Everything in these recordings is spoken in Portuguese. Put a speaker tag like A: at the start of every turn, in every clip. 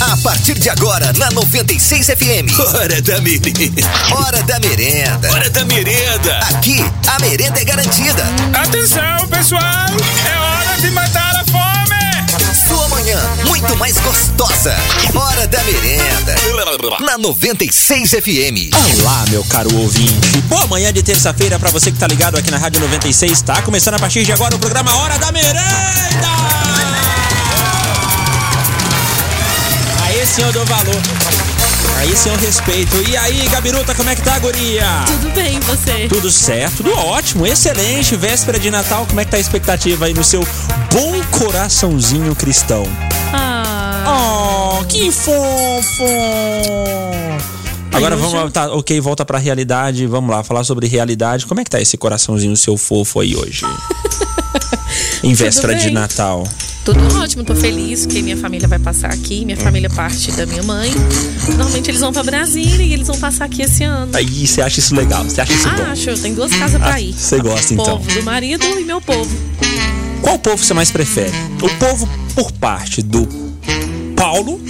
A: A partir de agora, na 96 FM.
B: Hora da merenda.
A: Hora da merenda.
B: Hora da merenda.
A: Aqui, a merenda é garantida.
C: Atenção, pessoal! É hora de matar a fome!
A: Sua manhã, muito mais gostosa. Hora da merenda. Na 96 FM.
D: Olá, meu caro ouvinte. Boa manhã de terça-feira pra você que tá ligado aqui na Rádio 96. Tá começando a partir de agora o programa Hora da Merenda. Aí sim eu dou valor. Aí sim eu respeito. E aí, Gabiruta, como é que tá, guria?
E: Tudo bem, e você?
D: Tudo certo, tudo ótimo, excelente. Véspera de Natal, como é que tá a expectativa aí no seu bom coraçãozinho cristão?
E: Ah,
D: Oh, que fofo! Agora
E: Aí hoje
D: vamos,
E: eu-
D: tá, ok, volta pra realidade, vamos lá, falar sobre realidade. Como é que tá esse coraçãozinho seu fofo aí hoje? em véspera de
E: bem.
D: Natal.
E: tudo ótimo, tô feliz porque minha família vai passar aqui, minha família é parte da minha mãe. Normalmente eles vão pra Brasília e eles vão passar aqui esse ano.
D: Aí, você acha isso legal, você acha isso
E: Ah,
D: Tá bom. Ah,
E: acho, eu tenho duas casas pra ir.
D: Você gosta, então.
E: Povo do marido e meu povo.
D: Qual povo você mais prefere? O povo por parte do Paulo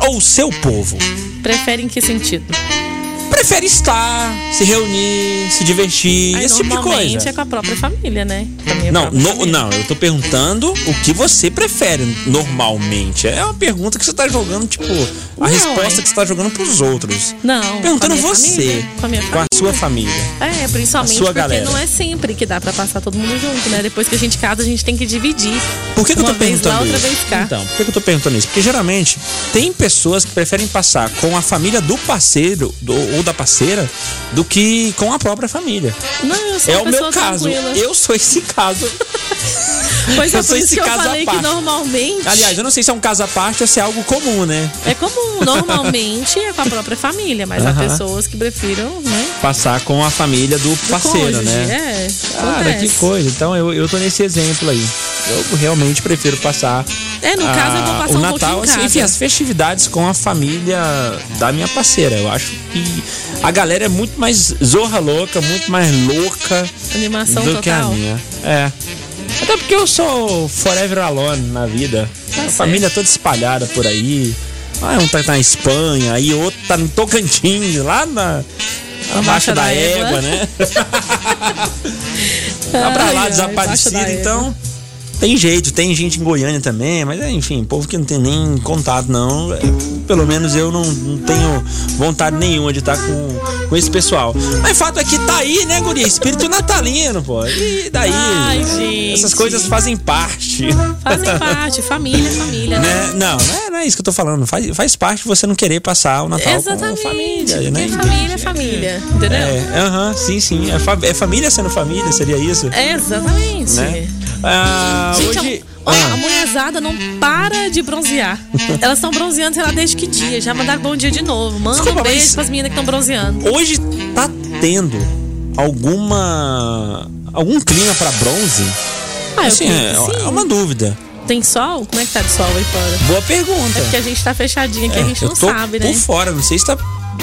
D: ou o seu povo?
E: Prefere em que sentido?
D: Prefere estar, se reunir, se divertir,
E: Aí,
D: esse tipo de
E: normalmente
D: coisa.
E: é com a própria família, né? Com a minha
D: Não,
E: própria
D: no-
E: família.
D: não, eu tô perguntando o que você prefere normalmente. É uma pergunta que você tá jogando, tipo, a
E: Não,
D: resposta
E: é-
D: que você tá jogando pros outros.
E: Não,
D: Perguntando
E: com a minha
D: você,
E: família, né? com a minha
D: sua família.
E: É, principalmente
D: A sua
E: porque
D: galera.
E: não é sempre que dá pra passar todo mundo junto, né? Depois que a gente casa, a gente tem que dividir.
D: Por que, que eu
E: Uma
D: tô
E: vez
D: perguntando
E: lá, outra
D: isso?
E: vez cá.
D: Então, por que, que eu tô perguntando isso? Porque geralmente tem pessoas que preferem passar com a família do parceiro do- ou da parceira do que com a própria família.
E: Não, eu sou
D: É
E: uma
D: o meu
E: pessoa
D: caso.
E: tranquila.
D: Eu sou esse caso.
E: Pois
D: Eu
E: é,
D: sou
E: por
D: esse
E: isso que eu
D: caso à
E: falei que
D: parte.
E: normalmente.
D: Aliás, eu não sei se é um caso à parte ou se é algo comum, né?
E: é comum. Normalmente é com a própria família, mas há
D: Aham.
E: pessoas que prefiram, né?
D: Passar com a família do
E: do
D: parceiro,
E: cônjuge.
D: né?
E: É,
D: Cara, que
E: acontece.
D: coisa. Então eu, eu tô nesse exemplo aí. Eu realmente prefiro passar.
E: É, no
D: ah,
E: caso, eu vou passar
D: o
E: um
D: Natal,
E: pouquinho em
D: assim,
E: casa.
D: enfim, as festividades com a família da minha parceira. Eu acho que a galera é muito mais zorra louca, muito mais louca
E: Animação
D: do que a
E: total.
D: minha. É. Até porque eu sou forever alone na vida.
E: Tá
D: a
E: certo.
D: família toda espalhada por aí. Ah, um tá na Espanha, aí outro tá no Tocantins, lá na. Abaixo
E: Baixa
D: da,
E: da
D: égua,
E: Égua.
D: né? tá pra
E: Ai,
D: lá
E: ai,
D: desaparecido,
E: Baixa da Égua.
D: então. Tem jeito, tem gente em Goiânia também, mas é, enfim, povo que não tem nem contato, não. É, Pelo menos eu não, não tenho vontade nenhuma de estar com, com esse pessoal. Mas fato é que tá aí, né, Guria? Espírito natalino, pô. E daí?
E: Ai, gente.
D: Essas coisas fazem parte.
E: Fazem parte, família, família, né?
D: Né? Não, não é, não é isso que eu tô falando. Faz, faz parte você não querer passar o Natal
E: Exatamente.
D: com a família, né?
E: porque família é família, entendeu?
D: É, aham, sim, sim. É, fa- é família sendo família, seria isso?
E: Exatamente.
D: É. Né? Ah,
E: É, Gente,
D: hoje.
E: a, olha, a
D: Ah,
E: mulherzada não para de bronzear. Elas estão bronzeando, sei lá, desde que dia? Já mandaram bom dia de novo. Manda
D: Desculpa,
E: um
D: mas-
E: beijo pras meninas que estão bronzeando.
D: hoje tá tendo alguma. algum clima pra bronze?
E: Ah, eu
D: Assim, é,
E: creio que
D: é
E: sim.
D: uma dúvida.
E: Tem sol? Como é que tá de sol aí fora?
D: Boa pergunta.
E: Porque a gente tá fechadinho aqui, a gente
D: É, eu
E: não
D: tô
E: sabe, né?
D: Por fora, não sei se tá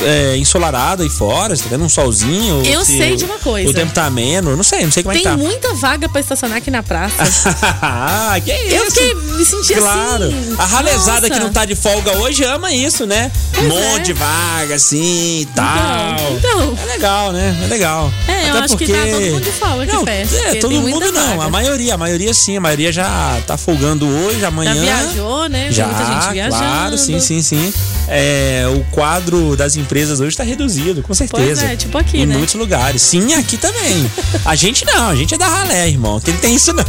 D: é, ensolarado aí fora, se tá dando um solzinho. ou
E: Eu
D: se
E: sei
D: o-
E: de uma coisa.
D: O tempo tá ameno, não sei, não sei como
E: Tem
D: é que tá.
E: muita vaga pra estacionar aqui na praça.
D: Ah, que isso?
E: Eu fiquei, me senti
D: Claro.
E: assim.
D: a ralezada
E: nossa.
D: que não tá de folga hoje ama isso, né? Um
E: Pois
D: Monte
E: é.
D: de vaga, assim e tal.
E: Então, então.
D: É legal, né? É legal.
E: É, eu acho que tá todo mundo de folga que
D: não,
E: festa,
D: É,
E: porque
D: todo
E: tem
D: mundo
E: muita
D: não.
E: vaga.
D: A maioria, a maioria sim. A maioria já tá folgando hoje, amanhã.
E: Já viajou, né? Tem
D: Já,
E: muita gente viajando.
D: claro, sim, sim, sim. É, o quadro das empresas hoje tá reduzido, com certeza.
E: é, tipo aqui,
D: Em
E: né?
D: muitos lugares. Sim, aqui também. a gente não, a gente é da ralé, irmão. Que não tem isso não.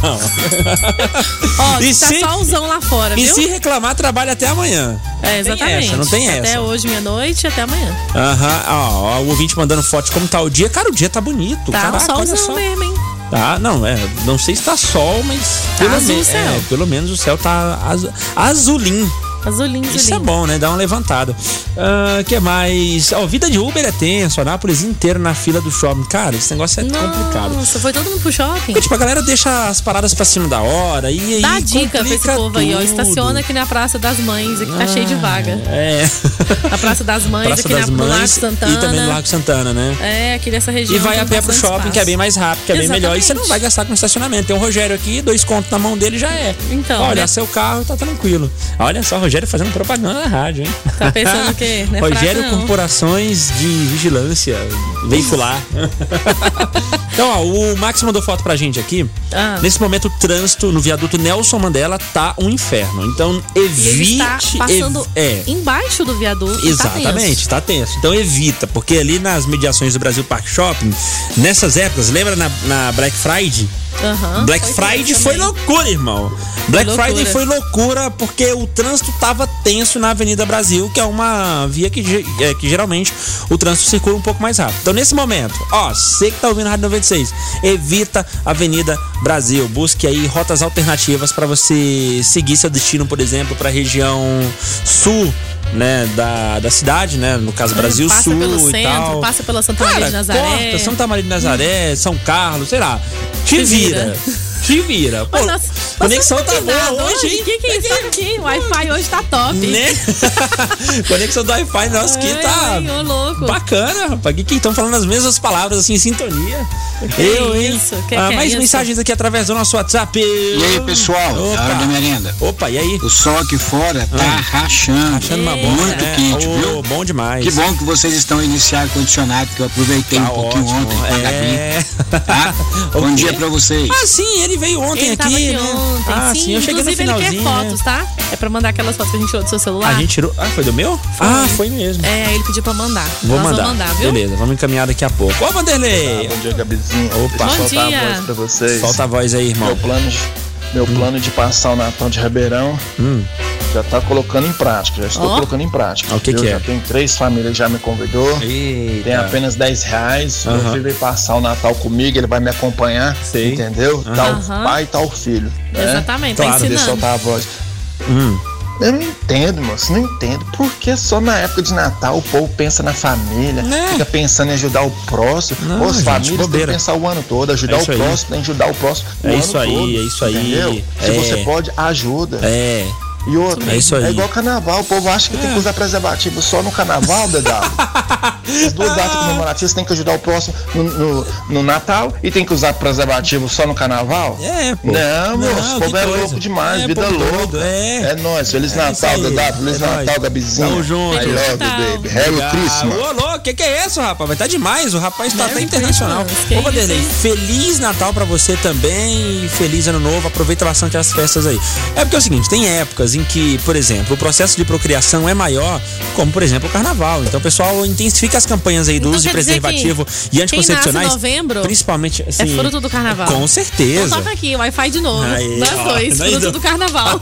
E: Ó,
D: E
E: tá
D: se-
E: solzão lá fora,
D: E
E: viu?
D: se reclamar, trabalha até amanhã.
E: tá É, exatamente.
D: Não tem essa. Não tem
E: Até
D: essa.
E: hoje, meia-noite, até amanhã.
D: Aham, ó, ó, o ouvinte mandando foto de como tá o dia. Cara, o dia tá bonito.
E: Tá um
D: Caraca, olha
E: solzão
D: só.
E: mesmo, hein?
D: Tá, não, é. Não sei se tá sol, mas.
E: Tá azul
D: me-
E: o céu.
D: é, pelo menos o céu tá azu- azulinho.
E: Azulinho, azulinho.
D: Isso é bom, né? Dá uma levantada. O que mais? Ó, vida de Uber é tenso. Anápolis inteiro na fila do shopping. Cara, esse negócio é complicado.
E: Nossa, foi todo mundo pro shopping?
D: Porque, tipo, a galera deixa as paradas pra cima da hora e aí.
E: Dá dica pra esse
D: complica
E: povo aí, ó.
D: tudo.
E: Estaciona aqui na Praça das Mães, aqui tá cheio de vaga.
D: É.
E: Na Praça das Mães,
D: Praça
E: aqui
D: das
E: na, no Lago
D: Mães
E: Santana.
D: e também no Lago Santana, né?
E: É, aqui nessa região.
D: E vai
E: tem
D: a pé pro
E: bastante
D: shopping,
E: espaço.
D: que é bem mais rápido, que é bem
E: Exatamente.
D: melhor. E você não vai gastar com estacionamento. Tem um Rogério aqui, dois contos na mão dele já é.
E: Então,
D: Olha,
E: né?
D: seu carro tá tranquilo. Olha só, Rogério fazendo propaganda na rádio, hein?
E: Tá pensando o quê? Não é
D: Rogério
E: fraco, não.
D: Corporações de Vigilância Veicular. então, ó, o Max mandou foto pra gente aqui.
E: Ah.
D: Nesse momento, o trânsito no viaduto Nelson Mandela tá um inferno. Então,
E: E ele
D: evite.
E: está passando
D: ev- é,
E: embaixo do viaduto. tá
D: Exatamente,
E: tenso.
D: tá tenso. Então evita, porque ali nas mediações do Brasil Park Shopping, nessas épocas, lembra na, na Black Friday?
E: Aham,
D: Black
E: foi
D: Friday
E: tenso
D: foi
E: também.
D: loucura, irmão. Black
E: Loucura.
D: Friday foi loucura porque o trânsito tava tenso na Avenida Brasil, que é uma via que, ge- é, que geralmente o trânsito circula um pouco mais rápido. Então, nesse momento, ó, você que tá ouvindo a Rádio 96, evita a Avenida Brasil. Busque aí rotas alternativas para você seguir seu destino, por exemplo, para região sul. Né, da, da cidade, né? No caso, Brasil
E: É, passa
D: Sul
E: pelo
D: e
E: centro,
D: tal.
E: passa pela Santa Maria
D: Cara,
E: Tá de Nazaré.
D: corta Santa Maria de Nazaré, São Carlos, sei lá. Te
E: Se vira.
D: vira. Te vira. Pô,
E: Mas nós- nós
D: conexão tá
E: somos
D: boa
E: nada
D: hoje, hein?
E: O que, que é isso aqui? O Wi-Fi hoje tá top.
D: Né? conexão do Wi-Fi nosso aqui
E: Ai,
D: tá
E: ai, ô, louco.
D: bacana, rapaz. Que que estão falando as mesmas palavras, assim, em sintonia.
E: Que
D: Eu, hein?
E: isso? Que
D: Ah,
E: que é
D: mais
E: isso?
D: mensagens aqui através do nosso WhatsApp.
F: E aí, pessoal, da hora da
D: Opa,
F: merenda.
D: Opa e aí?
F: O sol aqui fora tá
G: Ah.
F: rachando.
D: Achando uma
E: Eita.
D: boa.
F: Muito
D: né?
F: quente,
D: Ô,
F: viu?
D: Bom demais.
F: Que bom que vocês estão iniciando o condicionado, que eu aproveitei
D: Tá
F: um pouquinho
D: ótimo.
F: ontem pra
D: É.
F: tá? Bom dia pra vocês.
D: Ah, sim, ele veio ontem
E: Ele
D: aqui.
E: tava aqui
D: né?
E: ontem.
D: Ah, sim, eu cheguei no
E: inclusive ele quer
D: finalzinho. né?
E: fotos, tá? É pra mandar aquelas fotos que a gente tirou do seu celular.
D: A gente tirou. Ah, foi do meu? Ah, foi mesmo.
E: É, ele pediu pra mandar.
D: Vou
E: Nós
D: mandar.
E: vamos mandar, viu?
D: Beleza, vamos encaminhar daqui a pouco. Ó, Vanderlei!
H: Bom dia, Gabizinho.
D: Opa.
H: Deixa eu
E: Bom
H: soltar
E: dia.
H: a voz pra vocês.
D: Solta a voz aí, irmão.
H: Meu plano de, meu plano de passar o Natal de Ribeirão
D: Hum.
H: já tá colocando em prática. Já estou
E: Ó.
H: colocando em prática.
D: Ah, o que
H: Eu
D: que é?
H: já tenho três famílias que já me convidou.
D: Eita.
H: Tem apenas 10 reais. Meu
D: É. Aham.
H: filho veio passar o Natal comigo, ele vai me acompanhar.
D: Sei.
H: Entendeu? Tal
E: Aham.
H: pai, tal filho. né?
E: Exatamente,
D: Claro,
E: tá
H: Deixa eu
E: ensinando.
H: soltar a voz.
D: Hum.
H: Eu não entendo, moço, não entendo. Por que só na época de Natal o povo pensa na família,
D: Né?
H: fica pensando em ajudar o próximo?
D: Não,
H: Pô, As
D: gente,
H: famílias têm que
D: bobeira.
H: pensar o ano todo,
D: É
H: ajudar
D: isso
H: o
D: aí.
H: próximo, tem que ajudar o próximo. o
D: É
H: ano
D: isso aí,
H: todo,
D: é isso aí,
H: Entendeu? Se
D: é.
H: você pode, ajuda.
D: É.
H: E outra,
D: É isso aí. É.
H: igual carnaval, o povo acha que tem que usar preservativo só no carnaval, Dedado. As duas
D: Ah.
H: datas comemorativas tem que ajudar o próximo no, no- no Natal e tem que usar preservativo só no carnaval?
D: É, pô.
H: Não, moço, o
D: que
H: povo é
D: coisa.
H: louco demais,
D: É,
H: vida
D: povo
H: louca.
D: doido, É.
H: É nóis, Feliz
D: É isso
H: Natal,
D: aí.
H: Dedado. Feliz
D: É
H: Natal,
D: nóis.
H: Gabizinho.
D: Tamo junto.
H: I
E: Feliz
H: love you,
E: Natal.
H: baby. Merry
D: Ah,
H: Christmas.
D: Ô, louco, que que é isso, rapaz? Vai tá demais. O rapaz tá até
E: Merry
D: internacional.
E: Christmas, que
D: Ô,
E: isso,
D: Vanderlei,
E: hein?
D: feliz Natal pra você também. e Feliz Ano Novo. Aproveita bastante as festas aí. É porque é o seguinte, tem épocas em que, por exemplo, o processo de procriação é maior, como, por exemplo, o carnaval. Então, o pessoal intensifica as campanhas aí do
E: Então,
D: uso de
E: quer dizer que
D: preservativo e
E: quem
D: anticoncepcionais.
E: nasce em novembro
D: principalmente, assim,
E: É fruto do carnaval.
D: Com
E: Então
D: certeza.
E: toca aqui, Wi-Fi de novo.
D: Aí,
E: Nós
D: ó.
E: dois,
D: Nós
E: fruto
D: dois.
E: do carnaval.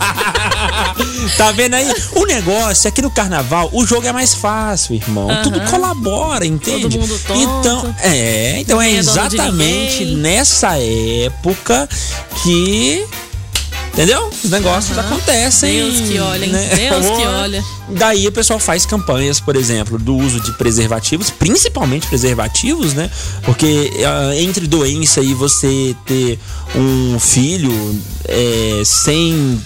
D: tá vendo aí? O negócio é que no carnaval o jogo é mais fácil, irmão. Tudo colabora, entende?
E: Todo mundo tonto.
D: Então, é, então é
E: Ninguém é dono de
D: exatamente
E: ninguém.
D: nessa época que Entendeu? Os negócios acontecem. né?
E: Deus que olha, hein? Deus que olha.
D: Daí o pessoal faz campanhas, por exemplo, do uso de preservativos, principalmente preservativos, né? Porque ah, entre doença e você ter um filho é, sem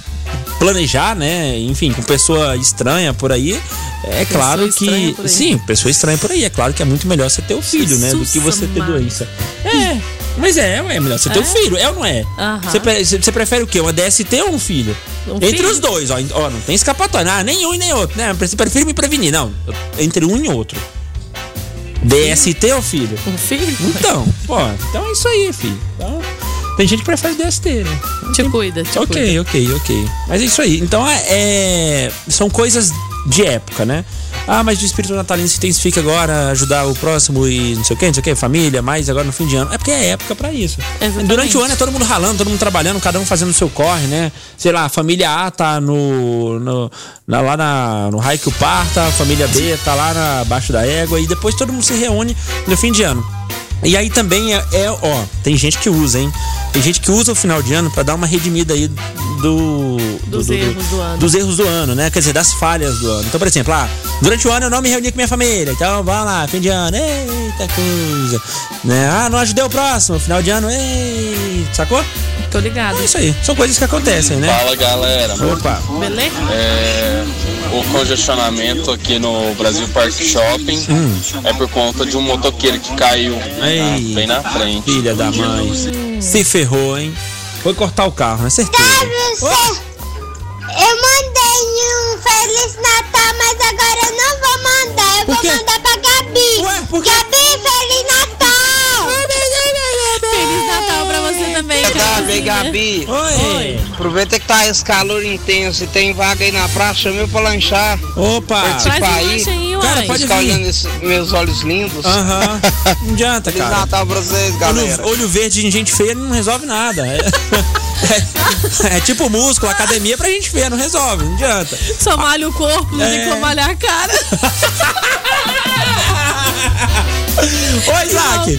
D: planejar, né? Enfim, com pessoa estranha por aí, é claro
E: estranha
D: que.
E: por aí.
D: Sim, pessoa estranha por aí. É claro que é muito melhor você ter o filho, né? Do que
E: Jesus
D: você ter
E: amado.
D: doença. É. Mas é, é melhor você ter o filho, é ou não é?
E: Aham.
D: Você pre- você você prefere o quê? Uma DST ou um filho?
E: Um
D: entre
E: filho.
D: os dois, ó, ó, não tem escapatória. Ah, nem um e nem outro, né? Você prefere me prevenir, não. Entre um e outro. DST ou filho?
E: Um filho?
D: Então, pô, então é isso aí, filho. Então, tem gente que prefere DST, né?
E: Te cuida, te cuida.
D: Ok, ok, ok. Mas é isso aí. Então é, é- são coisas de época, né? Ah, mas o espírito natalino se intensifica agora, ajudar o próximo e não sei o que, não sei o que, família, mais agora no fim de ano. É porque é época pra isso.
E: Exatamente.
D: Durante o ano é todo mundo ralando, todo mundo trabalhando, cada um fazendo o seu corre, né? Sei lá, a família A tá no. no- na- lá na, no raio que o par, tá, a família B tá lá na- abaixo da égua, e depois todo mundo se reúne no fim de ano. E aí também é, é, ó, tem gente que usa, hein? Tem gente que usa o final de ano pra dar uma redimida aí do,
E: Dos erros do ano.
D: Dos erros do ano, né? Quer dizer, das falhas do ano. Então, por exemplo, ah, durante o ano eu não me reuni com minha família. Então, vamos lá, fim de ano, eita coisa. Né? Ah, não ajudei o próximo, final de ano, eita, sacou?
E: Tô ligado.
D: É isso aí. São coisas que acontecem, né?
I: Fala galera,
D: Opa.
E: Beleza?
I: É, o congestionamento aqui no Brasil Park Shopping
D: Hum.
I: é por conta de um motoqueiro que caiu
D: Ei.
I: na- bem na frente.
D: Filha da mãe. Se ferrou, hein? Foi cortar o carro, né? Certeza.
J: Eu mandei um Feliz Natal, mas agora eu não vou mandar. Eu
D: Por
J: vou
D: quê?
J: mandar pra Gabi.
D: Ué, por quê?
J: Gabi, Feliz Natal!
D: é.
E: Feliz Natal pra você também,
K: Gabi,
D: né?
E: Carolzinha.
K: É Gabi,
D: Oi.
K: aproveita que tá esse calor intenso e tem vaga aí na praça, chama pra lanchar.
D: Opa.
E: Traz um
K: Aí.
E: lanche aí,
D: tipo Cara,
E: uai.
D: pode-
K: Ficar
D: vir.
K: olhando esses meus olhos lindos.
D: Aham. Não adianta,
K: Feliz
D: Ah, cara.
K: Natal pra vocês, galera.
D: Olho, olho verde em gente feia não resolve nada. É, é- é tipo músculo, academia pra gente feia, não resolve, não adianta.
E: Só malha o corpo, não tem
D: É.
E: como malhar a cara.
D: Ô,
E: Que
D: Isaac.
E: maldade.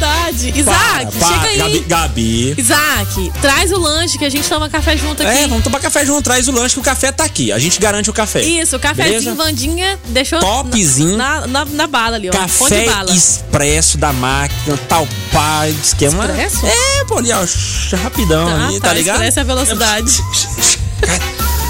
D: Para,
E: Isaac,
D: para,
E: chega aí.
D: Gabi, Gabi.
E: Isaac, traz o lanche que a gente toma café junto aqui.
D: É, vamos tomar café junto, traz o lanche que o café tá aqui. A gente garante o café.
E: Isso, o cafezinho
D: Beleza?
E: Vandinha deixou
D: Topzinho.
E: Na, na, na bala ali, ó. Pão de
D: Café
E: bala.
D: expresso da máquina, tal pá, esquema.
E: Expresso?
D: É, pô, ali, ó, rapidão
E: Ah,
D: ali, tá, ligado?
E: Essa é a velocidade.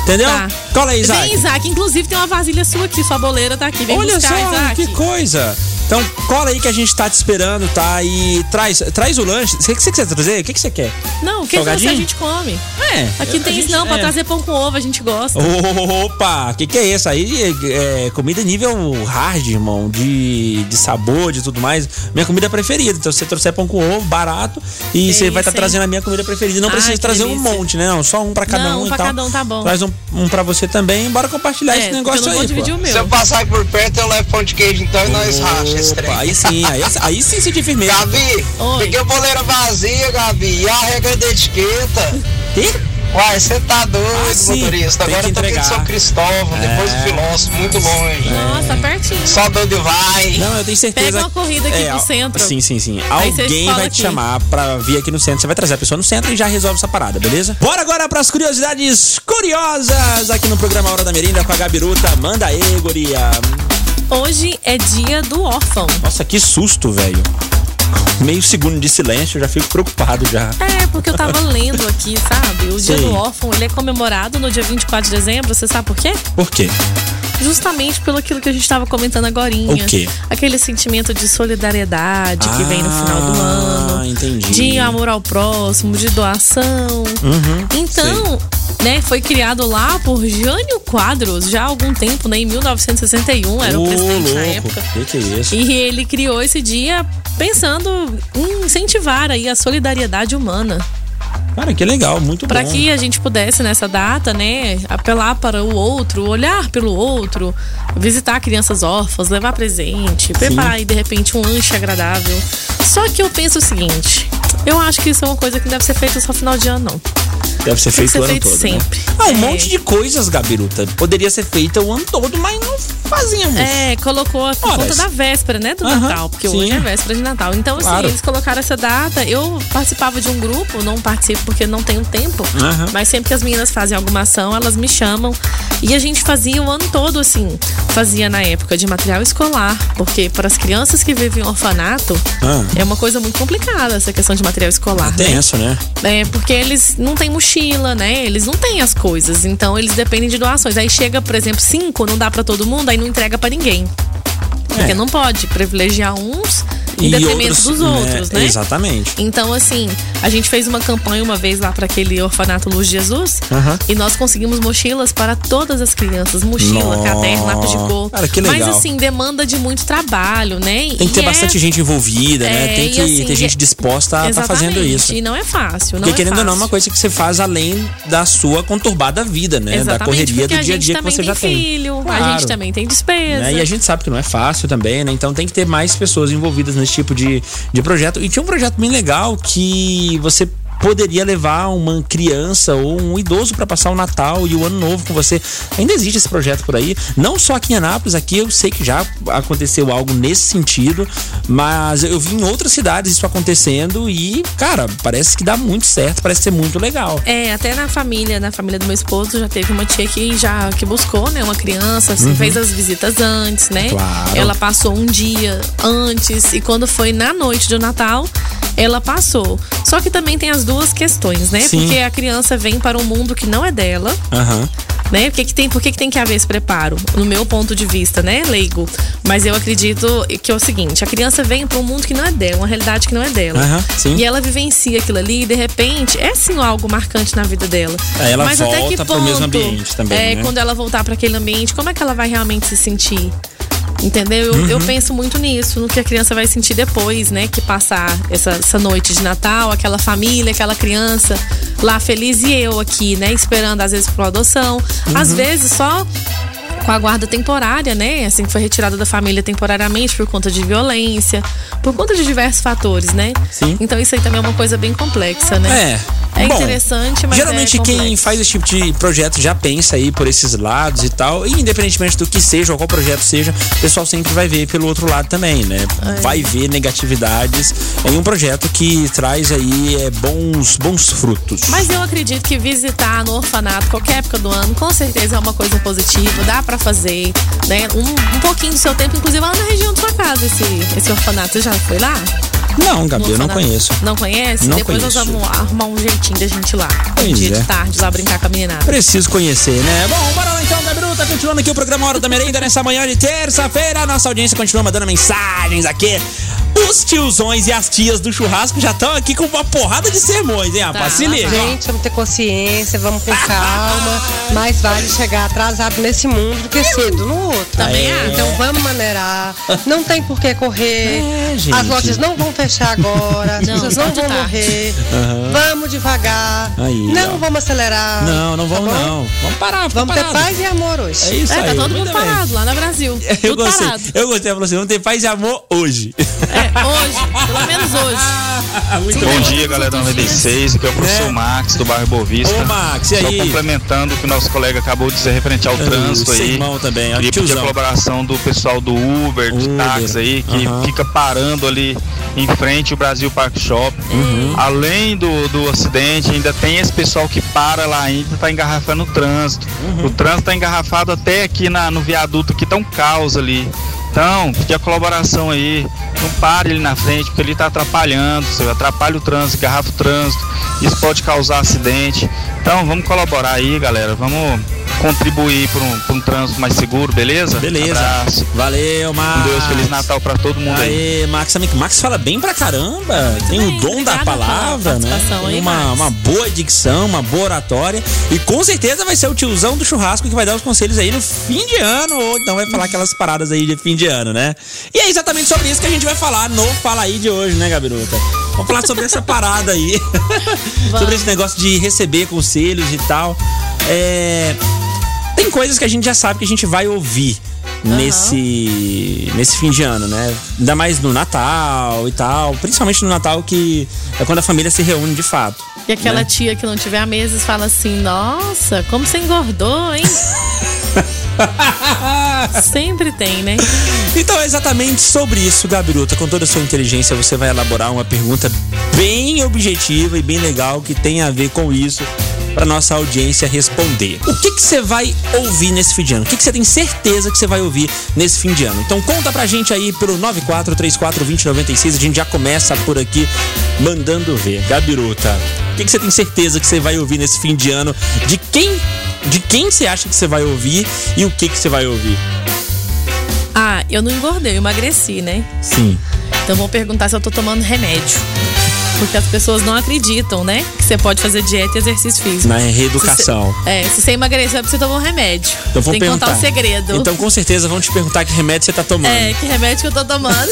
D: Entendeu?
E: Tá.
D: Cola aí, Isaac.
E: Vem, Isaac. Inclusive, tem uma vasilha sua aqui. Sua boleira tá aqui. Vem
D: Olha
E: buscar,
D: só,
E: Isaac.
D: que coisa. Então, cola aí que a gente tá te esperando, tá? E traz, traz o lanche. O que você quer trazer? O que que você quer?
E: Não, o que que você,
D: Salgadinho?
E: a gente come?
D: É.
E: Aqui não tem isso, não. Pra trazer pão com ovo, a gente gosta.
D: Opa, que que é isso aí? É, é comida nível hard, irmão, de, de sabor, de tudo mais. Minha comida preferida. Então, se você trouxer pão com ovo, barato, e você vai
E: isso,
D: estar
E: hein?
D: trazendo a minha comida preferida. Não
E: Ai,
D: precisa
E: que
D: trazer um
E: delícia.
D: monte, né? Não, só um pra cada
E: Não,
D: um
E: um
D: e
E: pra
D: tal.
E: cada um tá bom.
D: Traz um, um pra você também. Bora compartilhar esse
E: é, porque eu
D: negócio
E: não vou
D: aí,
E: dividir
D: pô.
E: o
K: Se eu
E: meu.
K: passar por perto, eu levo pão de queijo, então e nós racha esse trem.
D: Opa, aí sim, aí, aí sim se de firmeza.
K: Gabi,
E: Oi.
K: peguei a boleira vazia, Gabi, e a regra da etiqueta.
D: Ih,
K: Uai, você tá doido,
D: Ah, sim.
K: motorista.
D: Tem
K: Agora
D: que
K: eu tô aqui
D: entregar. É.
K: de São Cristóvão, depois do Filósofo, muito longe.
E: Nossa, tá pertinho.
K: Só de onde vai.
D: Não, eu tenho certeza.
E: Pega uma corrida aqui pro
D: al-
E: centro.
D: Sim, sim, sim.
E: Aí você
D: Alguém
E: fala
D: vai
E: aqui.
D: te chamar pra vir aqui no centro. Você vai trazer a pessoa no centro e já resolve essa parada, beleza? Bora agora pras curiosidades curiosas aqui no programa Hora da Merenda com a Gabiruta. Manda aí, guria.
E: Hoje é dia do órfão.
D: Nossa, que susto, velho. Meio segundo de silêncio, eu já fico preocupado já.
E: É, porque eu tava lendo aqui, sabe? O dia
D: Sim.
E: do órfão, ele é comemorado no dia 24 de dezembro, você sabe por quê?
D: Por quê?
E: Justamente pelo aquilo que a gente tava comentando agorinha.
D: O quê?
E: Aquele sentimento de solidariedade que vem no final do
D: Ah,
E: ano.
D: entendi.
E: De amor ao próximo, de doação.
D: Uhum,
E: então, né, foi criado lá por Jânio Quadros, já há algum tempo, né? Em 1961, era o
D: Ô,
E: presidente
D: louco.
E: na época.
D: Que que é isso?
E: E ele criou esse dia pensando em incentivar aí a solidariedade humana,
D: Cara, que legal, muito
E: para
D: bom.
E: que a gente pudesse nessa data, né, apelar para o outro, olhar pelo outro, visitar crianças órfãs, levar presente, preparar aí de repente um lanche agradável. Só que eu penso o seguinte, eu acho que isso é uma coisa que não deve ser feita só final de ano, não.
D: Deve ser
E: Tem
D: feito
E: que ser
D: o ano
E: feito
D: todo. né?
E: sempre.
D: Ah, um
E: É.
D: monte de coisas, Gabiruta. Poderia ser feita o ano todo, mas não fazíamos.
E: É, colocou por
D: Ora,
E: conta
D: isso-
E: da véspera, né? Do
D: Aham,
E: Natal, porque
D: sim.
E: hoje é véspera de Natal. Então, assim,
D: Claro.
E: eles colocaram essa data. Eu participava de um grupo, não participo porque não tenho tempo,
D: Aham.
E: mas sempre que as meninas fazem alguma ação, elas me chamam. E a gente fazia o ano todo, assim. Fazia na época de material escolar, porque para as crianças que vivem em orfanato,
D: Ah.
E: é uma coisa muito complicada essa questão de material escolar. né?
D: Tenso, né?
E: É, porque eles não têm mochila, né? Eles não têm as coisas. Então eles dependem de doações. Aí chega, por exemplo, cinco, não dá pra todo mundo, aí não entrega pra ninguém. Porque
D: É.
E: não pode privilegiar uns em
D: E
E: detrimento dos outros, né?
D: Exatamente.
E: Então, assim, a gente fez uma campanha uma vez lá pra aquele orfanato Luz de Jesus
D: Aham.
E: e nós conseguimos mochilas para todas as crianças: mochila,
D: Nó.
E: caderno, lápis de cor.
D: Cara, que
E: Mas,
D: legal.
E: assim, demanda de muito trabalho, né?
D: Tem que ter
E: E é-
D: bastante gente envolvida, né?
E: É,
D: Tem
E: e
D: que
E: assim,
D: ter gente
E: e-
D: disposta a estar
E: Exatamente.
D: fazendo isso.
E: E não é fácil, não
D: Porque
E: é
D: querendo ou não, é
E: fácil.
D: uma coisa que você faz além da sua conturbada vida, né? da correria
E: porque
D: do dia a
E: gente
D: dia que
E: também
D: você já tem.
E: filho, a
D: Claro.
E: gente também tem despesa.
D: né? E a gente sabe que não é fácil também, né? Então tem que ter mais pessoas envolvidas nesse tipo de, de projeto. E tinha um projeto bem legal que você poderia levar uma criança ou um idoso para passar o Natal e o Ano Novo com você. Ainda existe esse projeto por aí, não só aqui em Anápolis, aqui eu sei que já aconteceu algo nesse sentido, mas eu vi em outras cidades isso acontecendo e, cara, parece que dá muito certo, parece ser muito legal.
E: É, até na família, na família do meu esposo, já teve uma tia que já que buscou, né, uma criança, assim, fez as visitas antes, né?
D: Uhum. Claro.
E: Ela passou um dia antes e quando foi na noite do Natal, ela passou. Só que também tem as duas questões, né?
D: Sim.
E: Porque a criança vem para um mundo que não é dela.
D: Aham.
E: Né? Por que, que tem, por que, que tem que haver esse preparo? No meu ponto de vista, né, leigo? Mas eu acredito que é o seguinte: a criança vem para um mundo que não é dela, uma realidade que não é dela.
D: Aham, sim.
E: E ela vivencia aquilo ali e, de repente, é sim algo marcante na vida dela.
D: Aí É, ela
E: Mas até que
D: volta
E: ponto,
D: pro mesmo ambiente também,
E: É,
D: né?
E: quando ela voltar para aquele ambiente, como é que ela vai realmente se sentir? Entendeu? Eu, eu
D: Uhum.
E: penso muito nisso, no que a criança vai sentir depois, né? Que passar essa, essa noite de Natal, aquela família, aquela criança lá feliz e eu aqui, né? Esperando às vezes por uma adoção, às
D: Uhum.
E: vezes só com a guarda temporária, né? Assim, que foi retirada da família temporariamente por conta de violência, por conta de diversos fatores, né?
D: Sim.
E: Então isso aí também é uma coisa bem complexa, né?
D: É.
E: É
D: Bom,
E: interessante, mas.
D: Geralmente
E: é
D: quem
E: complexo.
D: faz esse tipo de projeto já pensa aí por esses lados e tal. E independentemente do que seja ou qual projeto seja, o pessoal sempre vai ver pelo outro lado também, né?
E: É.
D: Vai ver negatividades em um projeto que traz aí é, bons, bons frutos.
E: Mas eu acredito que visitar no orfanato qualquer época do ano, com certeza é uma coisa positiva, dá pra fazer, né? Um, um pouquinho do seu tempo, inclusive lá na região da sua casa, esse, esse orfanato. Você já foi lá?
D: Não,
E: No
D: Gabi, eu não
E: orfanato?
D: conheço.
E: Não conhece?
D: Não
E: Depois
D: conheço.
E: nós vamos arrumar um jeitinho da gente ir lá. Um
D: Pois
E: dia
D: é.
E: de tarde, lá brincar com a meninada.
D: Preciso conhecer, né? Bom, bora lá então, Gabiru. Tá continuando aqui o programa Hora da Merenda nessa manhã de terça-feira. A nossa audiência continua mandando mensagens aqui. Os tiozões e as tias do churrasco já estão aqui com uma porrada de sermões, hein, rapaz?
E: Tá,
D: Se liga. ó.
L: Gente, vamos ter consciência, vamos com calma. Mais vale chegar atrasado nesse mundo do que cedo no outro.
D: Tá
E: Também
L: É.
D: Ah,
E: acho.
L: Então vamos maneirar. Não tem por que correr.
D: É, gente. tá
L: As lojas não vão fechar agora. As
E: Não,
L: pessoas não
E: muito
L: vão
E: tarde.
L: morrer. Vamos devagar.
D: Aí,
L: não
D: ó.
L: vamos acelerar.
D: Não, não vamos
L: tá bom?
D: não. Vamos parar, fica
L: Vamos ter
D: parado.
L: paz e amor hoje.
D: É isso
E: É,
D: aí.
E: tá todo
D: muito bem.
E: mundo parado lá no Brasil.
D: Eu
E: tudo
D: gostei.
E: parado.
D: Eu gostei. Ela falou assim: vamos ter paz e amor hoje.
E: É, hoje, pelo menos hoje.
D: muito
E: Sim.
H: Bom
D: bom.
H: dia, galera da 96. Aqui é o professor
D: É.
H: Max, do bairro Bovista.
D: Ô, Max, e
H: Só
D: aí?
H: complementando o que o nosso colega acabou de dizer referente ao trânsito
D: sem
H: aí.
D: mão também, ó,
H: Queria pedir a
D: tiozão.
H: colaboração do pessoal do Uber, do
D: Uber,
H: táxi aí, que
D: aham.
H: fica parando ali em frente ao Brasil Park Shop.
D: Uhum.
H: Além do, do acidente, ainda tem esse pessoal que para lá ainda e tá engarrafando o trânsito.
D: Uhum.
H: O trânsito tá engarrafado até aqui na, no viaduto, que tá um caos ali. Então, pedir a colaboração aí. Não pare ele na frente, porque ele tá atrapalhando. Você atrapalha o trânsito, engarrafa o trânsito. Isso pode causar acidente. Então, vamos colaborar aí, galera. Vamos contribuir para um, pra um trânsito mais seguro, beleza?
D: Beleza.
H: Abraço.
D: Valeu,
H: Com
G: Ah,
M: Um
D: Max.
H: Deus, Feliz Natal para todo mundo aí.
D: Aê, Max também. Max fala bem pra caramba. Tem
E: bem,
D: o dom da
E: obrigada
D: palavra,
E: pela
D: né?
E: participação
D: Tem
E: aí,
D: uma,
E: Max.
D: uma boa dicção, uma boa oratória. E com certeza vai ser o tiozão do churrasco que vai dar os conselhos aí no fim de ano. Ou então vai falar aquelas paradas aí de fim de ano, né? E é exatamente sobre isso que a gente vai falar no Fala aí de hoje, né, Gabiruta? Vamos falar sobre essa parada aí. sobre esse negócio de receber conselhos e tal. É tem coisas que a gente já sabe que a gente vai ouvir nesse nesse fim de ano, né? Ainda mais no Natal e tal, principalmente no Natal que é quando a família se reúne de fato.
E: E aquela
D: né?
E: tia que não tiver a mesa fala assim: Nossa, como você engordou, hein? Sempre tem, né?
D: Então é exatamente sobre isso, Gabiruta. Com toda a sua inteligência, você vai elaborar uma pergunta bem objetiva e bem legal que tem a ver com isso para nossa audiência responder. O que que você vai ouvir nesse fim de ano? O que que você tem certeza que você vai ouvir nesse fim de ano? Então conta pra gente aí pelo 94342096, a gente já começa por aqui mandando ver. Gabiruta, o que que você tem certeza que você vai ouvir nesse fim de ano? De quem de quem você acha que você vai ouvir e o que que você vai ouvir?
E: Ah, eu não engordei, eu emagreci, né?
D: Sim.
E: Então vão perguntar se eu tô tomando remédio. Porque as pessoas não acreditam, né? Que você pode fazer dieta e exercício físico.
D: Na reeducação.
E: Se você- é, se você emagreceu é porque você tomou um remédio.
D: Então vão
E: Tem que
D: perguntar.
E: contar o segredo.
D: Então com certeza vão te perguntar que remédio você tá tomando.
E: É, que remédio que eu tô tomando.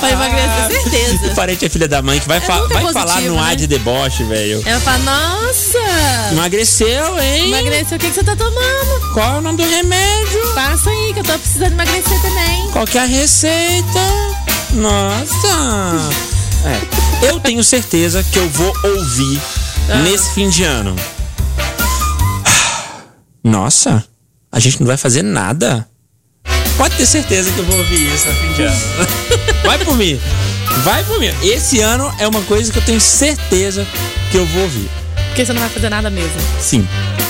E: pra emagrecer, certeza.
D: E parente é filha da mãe que vai, fa-
E: nunca é
D: vai
E: positivo,
D: falar no
E: né?
D: ar de deboche, velho.
E: Ela fala, nossa!
D: Emagreceu, hein?
E: Emagreceu, o que, que você tá tomando?
D: Qual é o nome do remédio?
E: Passa aí, que eu tô precisando emagrecer também.
D: Qual que é a receita? Nossa! É. Eu tenho certeza que eu vou ouvir nesse fim de ano. Nossa, a gente não vai fazer nada. Pode ter certeza que eu vou ouvir isso no fim de ano. Vai por mim. Vai por mim. Esse ano é uma coisa que eu tenho certeza que eu vou ouvir.
E: Porque você não vai fazer nada mesmo.
D: Sim.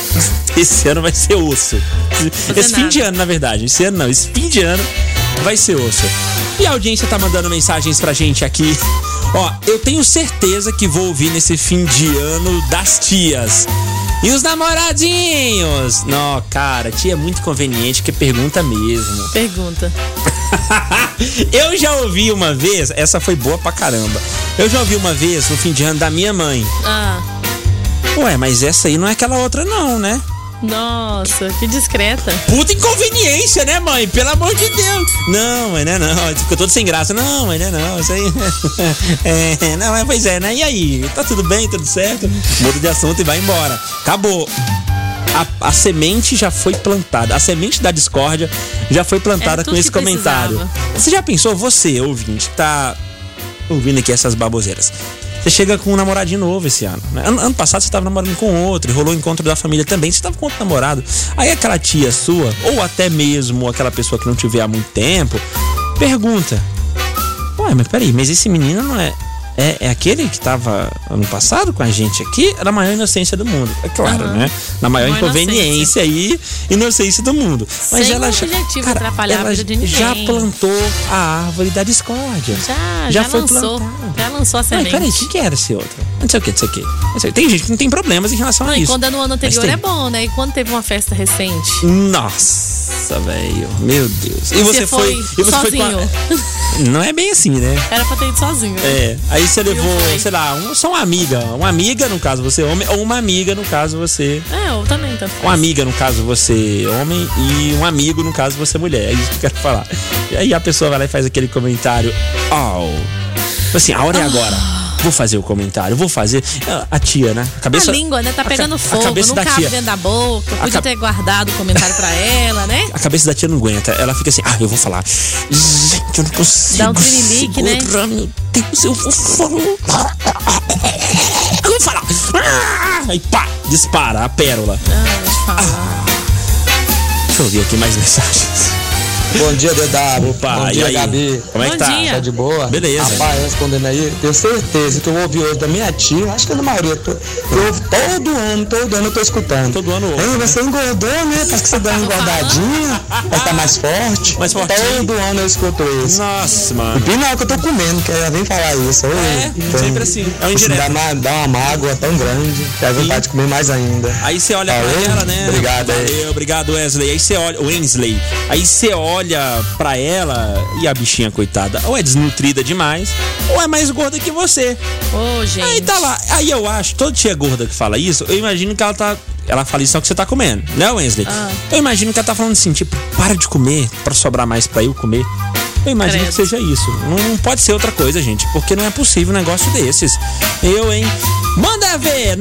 D: Esse ano vai ser osso. Esse fim
E: nada.
D: de ano, na verdade. Esse ano não, esse fim de ano vai ser osso. E a audiência tá mandando mensagens pra gente aqui. Ó, eu tenho certeza que vou ouvir nesse fim de ano das tias. E os namoradinhos? Não, cara, tia é muito conveniente que pergunta mesmo.
E: Pergunta.
D: eu já ouvi uma vez, essa foi boa pra caramba. Eu já ouvi uma vez no fim de ano da minha mãe.
E: Ah,
D: Ué, mas essa aí não é aquela outra, não, né?
E: nossa, que discreta.
D: Puta inconveniência, né, mãe? Pelo amor de Deus. Não, mãe, né, não. Isso Ficou todo sem graça. Não, mãe, né, não. Isso aí. É, não, é, pois é, né? E aí? Tá tudo bem, tudo certo? Muda de assunto e vai embora. Acabou. A, a semente já foi plantada. A semente da discórdia já foi
N: Era
D: plantada
N: É tudo
D: com esse
N: que
D: comentário.
N: precisava.
D: Você já pensou, você, ouvinte, que tá ouvindo aqui essas baboseiras? Você chega com um namoradinho novo esse ano. né? Ano, ano passado você tava namorando com outro, e rolou o encontro da família também, você tava com outro namorado. Aí aquela tia sua, ou até mesmo aquela pessoa que não te vê há muito tempo, pergunta: Ué, mas peraí, mas esse menino não é. É, é aquele que tava ano passado com a gente aqui? Era a maior inocência do mundo. É claro,
E: Aham.
D: né? Na maior
E: Maior
D: inconveniência aí, inocência do mundo. Mas
E: Sem
D: ela
E: o
D: já.
E: objetivo
D: cara,
E: atrapalhar
D: ela
E: a vida de ninguém.
D: Já plantou a árvore da discórdia.
E: Já, já, lançou. Já lançou a
D: Mãe,
E: semente.
D: peraí, o que, que era esse outro? Não sei o que, não sei o que. Não sei. Tem gente que não tem problemas em relação a
E: Não, e
D: isso.
E: quando é no ano
D: Mas
E: anterior
D: tem.
E: é bom, né? E quando teve uma festa recente.
D: Nossa, velho. Meu Deus. E você, foi. e você foi com a-
E: sozinho.
D: Não é bem assim, né?
E: Era pra ter ido sozinho.
D: É. Aí você levou,
E: fui.
D: sei lá, um- só uma amiga. Uma amiga, no caso, você homem, ou uma amiga, no caso, você.
E: É, eu também, tanto faz.
D: Uma amiga, no caso, você é homem, e um amigo, no caso, você mulher. É isso que eu quero falar. E aí a pessoa vai lá e faz aquele comentário. Oh. Assim, a hora é agora. Vou fazer o comentário, vou fazer. A tia, né? A cabeça.
E: a língua, né? Tá
D: a ca-
E: pegando
D: a
E: fogo,
D: cabeça
E: não
D: da
E: cabe
D: tia.
E: dentro da boca. Podia
D: ca-
E: ter guardado o comentário pra ela, né?
D: A cabeça da tia não aguenta. Ela fica assim, ah, eu vou falar. Gente, eu não consigo.
E: Dá um tremelique, né?
D: segurar, Meu Deus, eu vou falar. Eu vou falar. Ah! Aí pá, dispara a pérola.
E: Ah,
D: Deixa eu ver aqui mais mensagens.
G: Bom dia, DW.
D: Opa,
G: Bom
D: e
G: dia,
D: aí?
G: Gabi.
D: Como é que Bom tá? dia.
G: Tá de boa?
D: Beleza.
G: Rapaz, respondendo aí, tenho certeza que eu ouvi hoje da minha tia, acho que é do Maria. tô- Eu ouvo todo ano, todo ano eu tô escutando. Todo ano ouve. Você engordou, né? Parece que você dá uma engordadinha, mas tá mais forte. Mais forte. Todo ano eu escuto isso.
D: Nossa, mano.
G: E não, é que eu tô comendo, que ela vem falar isso. Eu, é,
M: então,
D: sempre assim, é um
G: isso dá,
D: indireto.
G: uma, dá uma mágoa tão grande, que
M: Tá
G: dá vontade de
M: tipo,
G: comer mais ainda.
D: Aí você olha
G: Valeu?
D: pra ela, né?
G: Obrigado aí.
D: Valeu, obrigado, Wesley. Aí você olha. Wensley. Aí você olha pra ela e a bichinha, coitada, ou é desnutrida demais, ou é mais gorda que você.
E: Ô, gente.
D: Aí tá lá. Aí eu acho, toda tia gorda que fala isso, eu imagino que ela tá. Ela fala isso só que você tá comendo, né, Wensley?
E: Ah.
D: Eu imagino que ela tá falando assim, tipo, para de comer pra sobrar mais pra eu comer. Eu imagino que seja isso. Não, não pode ser outra coisa, gente, porque não é possível um negócio desses. Eu, hein? Manda ver!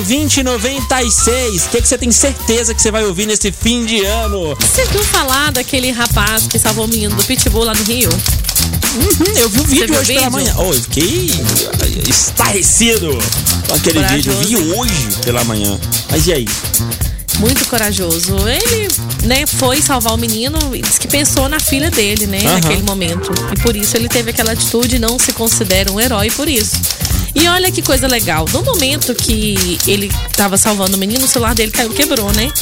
D: 9434-2096. O que, que você tem certeza que você vai ouvir nesse fim de ano?
E: Você viu falar daquele rapaz que salvou o menino do Pitbull lá no Rio?
D: Uhum, eu vi o
E: Você
D: vídeo
E: viu
D: hoje
E: o
D: pela
E: vídeo?
D: manhã. Oh, eu fiquei eh, estarrecido com aquele
E: Corajoso.
D: vídeo. Eu vi hoje pela manhã. Mas e aí?
E: Muito corajoso. Ele, né, foi salvar o menino e disse que pensou na filha dele, né,
M: Aham.
E: naquele momento. E por isso ele teve aquela atitude e não se considera um herói por isso. E olha que coisa legal. No momento que ele tava salvando o menino, o celular dele caiu, quebrou, né?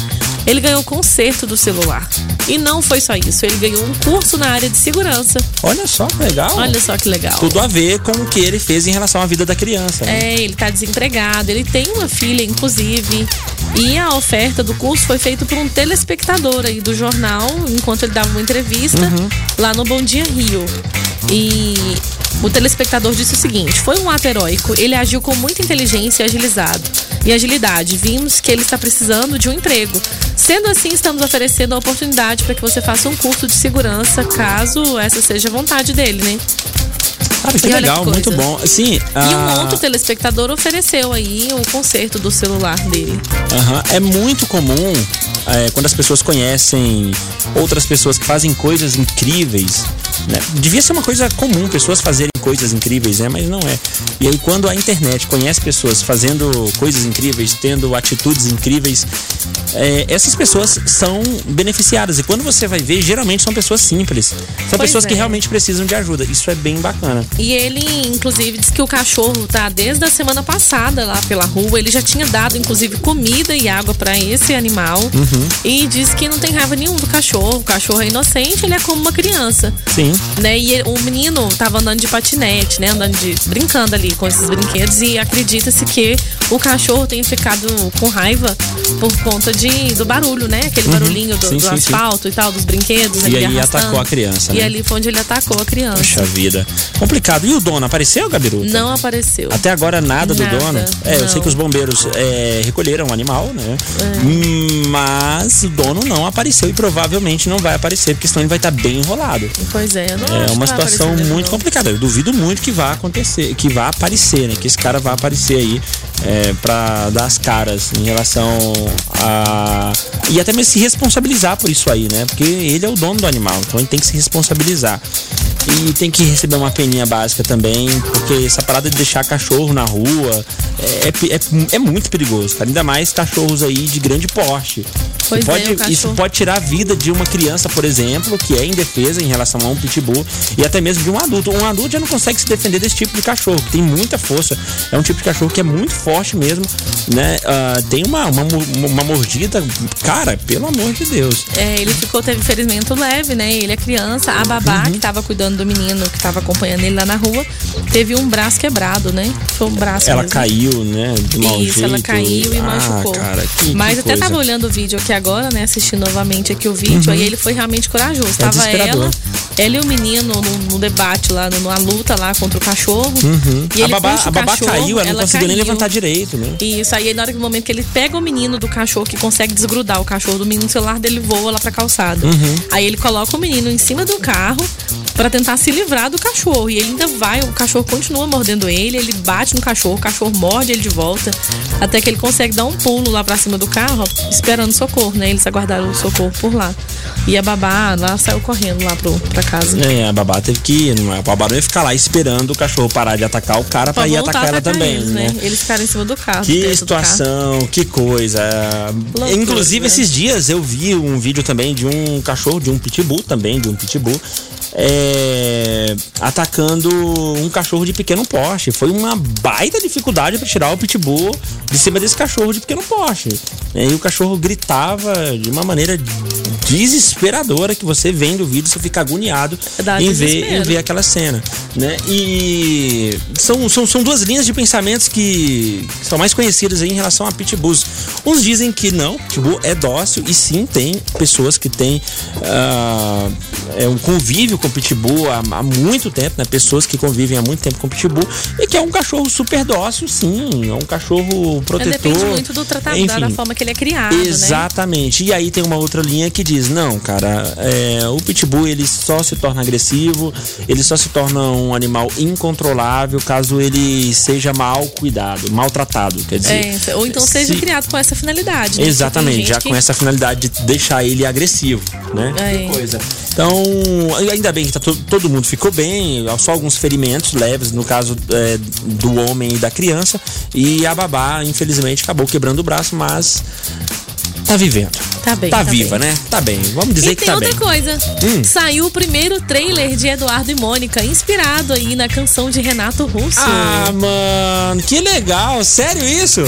E: Ele ganhou conserto do celular. E não foi só isso, ele ganhou um curso na área de segurança.
D: Olha só que legal.
E: Olha só que legal.
D: Tudo a ver com o que ele fez em relação à vida da criança. né?
E: É, ele tá desempregado, ele tem uma filha, inclusive. E a oferta do curso foi feita por um telespectador aí do jornal, enquanto ele dava uma entrevista lá no Bom Dia Rio. E o telespectador disse o seguinte: foi um ato heróico, ele agiu com muita inteligência e agilizado. E agilidade, vimos que ele está precisando de um emprego. Sendo assim, estamos oferecendo a oportunidade para que você faça um curso de segurança, caso essa seja a vontade dele, né?
D: Cara, que
E: E olha
D: legal,
E: que
D: muito
E: coisa.
D: bom. Assim,
E: E um
D: ah,
E: outro telespectador ofereceu aí o conserto do celular dele.
D: aham, é muito comum é, quando as pessoas conhecem outras pessoas que fazem coisas incríveis. né? Devia ser uma coisa comum pessoas fazerem coisas incríveis, né? mas não é. E aí, quando a internet conhece pessoas fazendo coisas incríveis, tendo atitudes incríveis, é, essas pessoas são beneficiadas. E quando você vai ver, geralmente são pessoas simples. São
E: Pois
D: pessoas que
E: é.
D: realmente precisam de ajuda. Isso é bem bacana.
E: E ele, inclusive, disse que o cachorro tá desde a semana passada lá pela rua. Ele já tinha dado, inclusive, comida e água para esse animal.
D: Uhum.
E: E diz que não tem raiva nenhum do cachorro. O cachorro é inocente, ele é como uma criança.
D: Sim.
E: Né? E ele- o menino tava andando de patinete, né? Andando de. brincando ali com esses brinquedos. E acredita-se que o cachorro tenha ficado com raiva por conta de, do barulho, né? Aquele
D: Uhum.
E: barulhinho do,
D: Sim,
E: do
D: sim, sim.
E: asfalto e tal, dos brinquedos. né?
D: E
E: ele
D: aí
E: arrastando.
D: atacou a criança,
E: E
D: né?
E: ali foi onde ele atacou a criança.
D: Poxa vida. Complicado. E o dono apareceu, Gabiru?
E: Não apareceu.
D: Até agora nada, do
E: Nada,
D: dono. É, eu
E: não.
D: sei que os bombeiros é, recolheram o animal, né?
E: É.
D: Mas o dono não apareceu e provavelmente não vai aparecer, porque senão ele vai estar bem enrolado.
E: Pois é, eu não acho
D: É
E: que
D: uma
E: vai
D: situação
E: aparecer
D: muito complicada. Eu duvido muito que vá acontecer, que vá aparecer, né? Que esse cara vá aparecer aí é, para dar as caras em relação a. E até mesmo se responsabilizar por isso aí, né? Porque ele é o dono do animal, então ele tem que se responsabilizar. E tem que receber uma peninha básica também, porque essa parada de deixar cachorro na rua é, é pe- é- é muito perigoso, cara. Ainda mais cachorros aí de grande porte.
E: Pois é,
D: pode,
E: o cachorro-
D: isso pode tirar a vida de uma criança, por exemplo, que é indefesa em relação a um pitbull e até mesmo de um adulto. Um adulto já não consegue se defender desse tipo de cachorro, que tem muita força. É um tipo de cachorro que é muito forte mesmo, né? Ah, tem uma, uma, mo- uma mordida, cara, pelo amor de Deus.
E: É, ele ficou, teve ferimento leve, né? Ele é criança. A babá,
D: Uhum.
E: que tava cuidando do menino, que tava acompanhando ele lá na rua, teve um braço quebrado, né? Foi um braço
D: Ela
E: mesmo.
D: caiu, né? De mau
E: Isso,
D: jeito.
E: ela caiu e
D: Ah,
E: machucou.
D: cara, que- que
E: Mas até
D: coisa.
E: tava olhando o vídeo aqui agora, né? Assistindo novamente aqui o vídeo.
D: Uhum.
E: Aí ele foi realmente corajoso.
D: É
E: tava
D: desesperador.
E: ela, ela e o menino no, no debate lá, numa luta lá contra o cachorro.
D: Uhum.
E: E
D: A
E: ele
D: babá,
E: puxa o
D: a babá
E: cachorro,
D: caiu, ela não conseguiu nem
E: caiu.
D: levantar direito, né?
E: Isso, aí na hora que no momento que ele pega o menino do cachorro, que consegue desgrudar o cachorro do menino, o celular dele voa lá pra calçada.
D: Uhum.
E: Aí ele coloca o menino em cima do carro pra tentar se livrar do cachorro. E ele ainda vai, o cachorro continua mordendo ele, ele bate no cachorro, o cachorro morde ele de volta, até que ele consegue dar um pulo lá pra cima do carro, ó, esperando socorro, né? Eles aguardaram o socorro por lá. E a babá lá saiu correndo lá pro, pra casa.
D: É, a babá teve que ir, não é? A babá não ia ficar lá esperando o cachorro parar de atacar o cara pra, ir
E: voltar
D: atacar
E: a
D: ela também,
E: eles,
D: né?
E: Eles ficaram em cima do carro.
D: Que
E: dentro do carro.
D: situação, que coisa.
E: Loucura,
D: Inclusive,
E: né?
D: esses dias eu vi um vídeo também de um cachorro, de um pitbull também, de um pitbull, é, atacando um cachorro de pequeno porte. Foi uma baita dificuldade para tirar o pitbull de cima desse cachorro de pequeno porte. né? E o cachorro gritava de uma maneira desesperadora que você vendo o vídeo, você fica agoniado
E: Dá
D: em ver, em
E: É desespero.
D: ver aquela cena, né? E são, são, são duas linhas de pensamentos que são mais conhecidas aí em relação a pitbulls. Uns dizem que não, pitbull é dócil e sim tem pessoas que têm ah, é um convívio com pitbull há, há muito tempo, né? Pessoas que convivem há muito tempo com pitbull e que é um cachorro super dócil, sim, é um cachorro
E: Mas
D: protetor.
E: Depende muito do tratamento,
D: enfim.
E: da forma que ele é criado, né?
D: Exatamente. E aí tem uma outra linha que diz: não, cara, é, o pitbull ele só se torna agressivo, ele só se torna um animal incontrolável caso ele seja mal cuidado, maltratado. Quer dizer,
E: É, ou então seja
D: se-
E: criado com essa finalidade. né? Tem
D: Exatamente,
E: gente
D: já
E: que-
D: com essa finalidade de deixar ele agressivo, né?
E: É.
D: Que coisa. Então, ainda bem que tá to- todo, mundo ficou bem, só alguns ferimentos leves, no caso é, do homem e da criança. E a babá, infelizmente, acabou quebrando o braço, mas tá vivendo.
E: Tá bem.
D: tá, viva, né? Tá bem. Vamos dizer
E: e
D: que
E: tem
D: tá
E: outra
D: bem.
E: coisa.
D: Hum.
E: Saiu o primeiro trailer de Eduardo e Mônica, inspirado aí na canção de Renato Russo.
D: Ah, mano, que legal. Sério isso?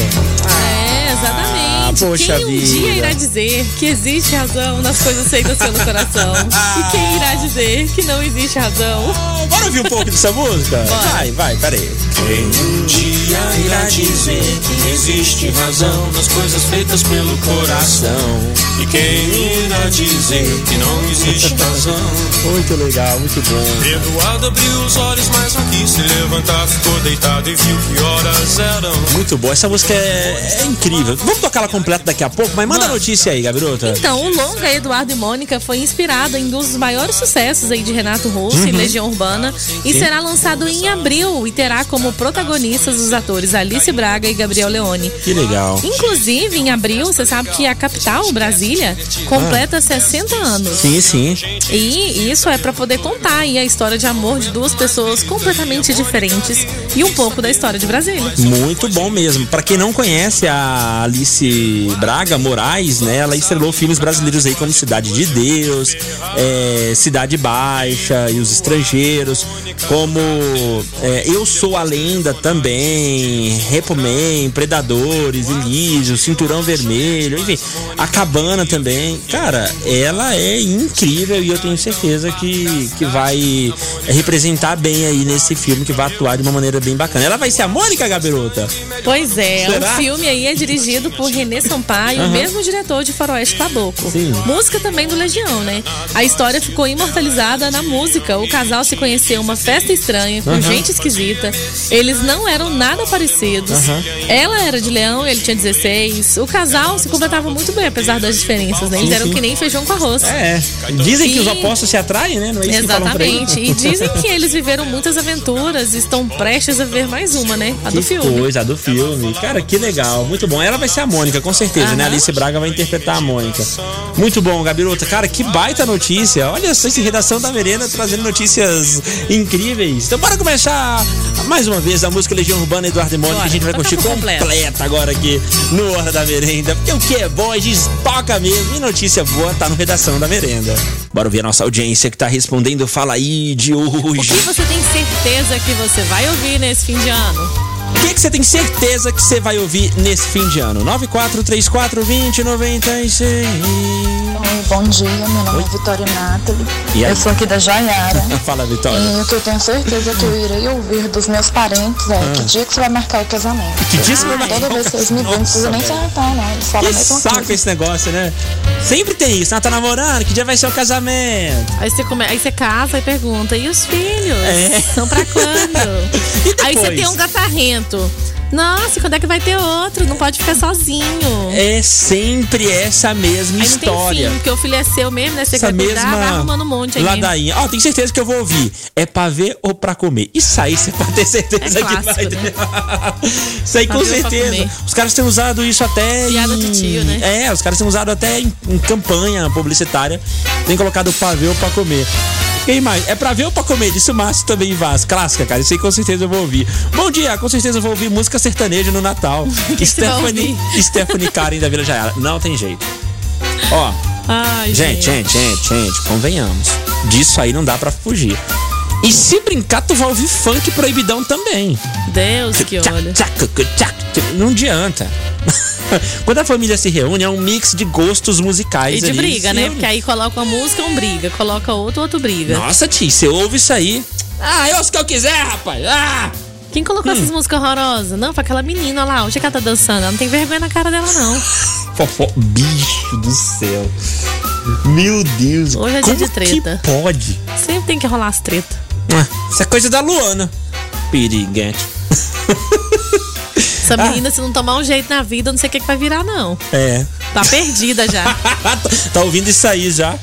E: é, exatamente.
D: Ah, poxa
E: quem um
D: vida.
E: dia irá dizer que existe razão nas coisas feitas pelo coração? e quem irá dizer que não existe razão?
D: Bora ouvir um pouco dessa música?
E: Bora.
D: Vai, vai, peraí.
N: Quem um dia irá dizer que existe razão nas coisas feitas pelo coração? E quem irá dizer que não existe razão?
D: Muito legal, muito bom.
N: Eduardo abriu os olhos, mas não quis se levantar. Ficou deitado e viu que horas eram.
D: Muito boa, essa música é, é incrível. Vamos tocar ela completa daqui a pouco, mas manda a notícia aí, Gabirota.
E: Então, o longa Eduardo e Mônica foi inspirado em um dos maiores sucessos aí de Renato Russo e
D: Uhum.
E: Legião Urbana e
D: Sim.
E: será lançado em abril e terá como protagonistas os atores Alice Braga e Gabriel Leone.
D: Que legal.
E: Inclusive, em abril, você sabe que a capital, Brasília, completa
D: Ah.
E: 60 anos.
D: Sim, sim.
E: E isso é pra poder contar aí a história de amor de duas pessoas completamente diferentes e um pouco da história de Brasília.
D: Muito bom mesmo. Pra quem não conhece a a Alice Braga Moraes, né? Ela estrelou filmes brasileiros aí como Cidade de Deus, é, Cidade Baixa e os Estrangeiros, como é, Eu Sou a Lenda também, Repoman, Predadores, Elísio, Cinturão Vermelho, enfim, a Cabana também. Cara, ela é incrível e eu tenho certeza que, que vai representar bem aí nesse filme, que vai atuar de uma maneira bem bacana. Ela vai ser a Mônica Gaberota.
E: Pois é,
D: Será?
E: o filme aí é dirigido por Renê Sampaio,
D: Aham.
E: o mesmo diretor de Faroeste Caboclo.
D: Sim.
E: Música também do Legião, né? A história ficou imortalizada na música. O casal se conheceu em uma festa estranha, com
M: Aham.
E: gente esquisita. Eles não eram nada parecidos.
M: Aham.
E: Ela era de leão, ele tinha 16. O casal se completava muito bem, apesar das diferenças, né? Eles
D: Sim,
E: eram
D: sim.
E: que nem feijão com arroz.
D: É, dizem que os
E: E-
D: opostos se atraem, né? Não é isso que falam por aí?
E: Exatamente. E dizem que eles viveram muitas aventuras e estão prestes a ver mais uma, né? A do
D: que
E: filme.
D: coisa, a do filme. Cara, que legal, muito bom. Ela vai ser a Mônica, com certeza, né? A Alice Braga vai interpretar a Mônica. Muito bom, Gabirota. Cara, que baita notícia. Olha só esse Redação da Verena trazendo notícias incríveis. Então bora começar mais uma vez a música Legião Urbana Eduardo Mônica, que a gente vai curtir completa. agora aqui no Hora da Merenda. Porque o que é bom, a gente toca mesmo. E notícia boa tá no Redação da Merenda. Bora ouvir a nossa audiência que tá respondendo Fala Aí de
E: O
D: hoje.
E: que você tem certeza que você vai ouvir nesse fim de ano?
D: O que, que você tem certeza que você vai ouvir nesse fim de ano? 94342096.
O: Bom dia, meu nome é Vitória Nathalie.
D: E aí?
O: Eu sou aqui da Jaiara.
D: Fala, Vitória.
O: e o que eu tenho certeza que eu irei ouvir dos meus parentes é que dia que você vai marcar o casamento.
D: Ah. Que dia você vai
O: Ai,
D: marcar
O: Toda
D: o
O: vez que eles me veem, não precisa nem
D: casamento?
O: perguntar, não. Eles falam
D: Que
O: a mesma
D: saco
O: coisa.
D: esse negócio, né? Sempre tem isso. Ah, tá namorando? Que dia vai ser o casamento?
E: Aí você, come... Aí você casa e pergunta, e os filhos?
D: É.
E: São pra quando? Aí você tem um catarrento. Nossa, quando é que vai ter outro? Não pode ficar sozinho.
D: É sempre essa mesma
E: Aí não
D: história.
E: tem fim, porque o filho é seu mesmo, né? Você
D: essa
E: quer cuidar, vai
D: mesma
E: arrumando um monte aí.
D: ladainha. Ó, tenho certeza que eu vou ouvir. É pra ver ou pra comer? Isso aí você pode ter certeza
E: É
D: que
E: clássico,
D: vai ter. Isso aí
E: Pra
D: com
E: ver ou pra
D: certeza.
E: comer.
D: Os caras têm usado isso até. Piada em... de tio, né? É, os caras têm usado até em, em campanha publicitária. Tem colocado pra ver ou pra comer. Quem mais? É pra ver ou pra comer? Disse o Márcio também, Vaz. Clássica, cara. Isso aí com certeza eu vou ouvir. Bom dia, com certeza eu vou ouvir música sertaneja no Natal.
E: que você vai
D: Stephanie, Stephanie Karen da Vila Jaiara. Não tem jeito. Ó,
E: Ai,
D: Gente, gente, gente, gente, convenhamos. Disso aí não dá pra fugir. E se brincar, tu vai ouvir funk proibidão também.
E: Deus que olha.
D: Não adianta. Quando a família se reúne, é um mix de gostos musicais.
E: E de
D: ali.
E: briga,
D: Se
E: né?
D: reúne.
E: Porque aí coloca uma música, um briga. Coloca outro, outro briga.
D: Nossa, Ti, você ouve isso aí. Ah, eu ouço o que eu quiser, rapaz. Ah!
E: Quem colocou essas músicas horrorosas? Não, foi aquela menina lá. Onde é que ela tá dançando? Ela não tem vergonha na cara dela, não.
D: Fofó, bicho do céu. Meu Deus.
E: Hoje é dia
D: como
E: de treta.
D: Que pode.
E: Sempre tem que rolar as tretas.
D: Ah, Isso é coisa da Luana. Piriguete. Ah.
E: Essa menina, se não tomar um jeito na vida, eu não sei o que, que vai virar, não.
D: É.
E: Tá perdida já.
D: tá ouvindo isso aí já?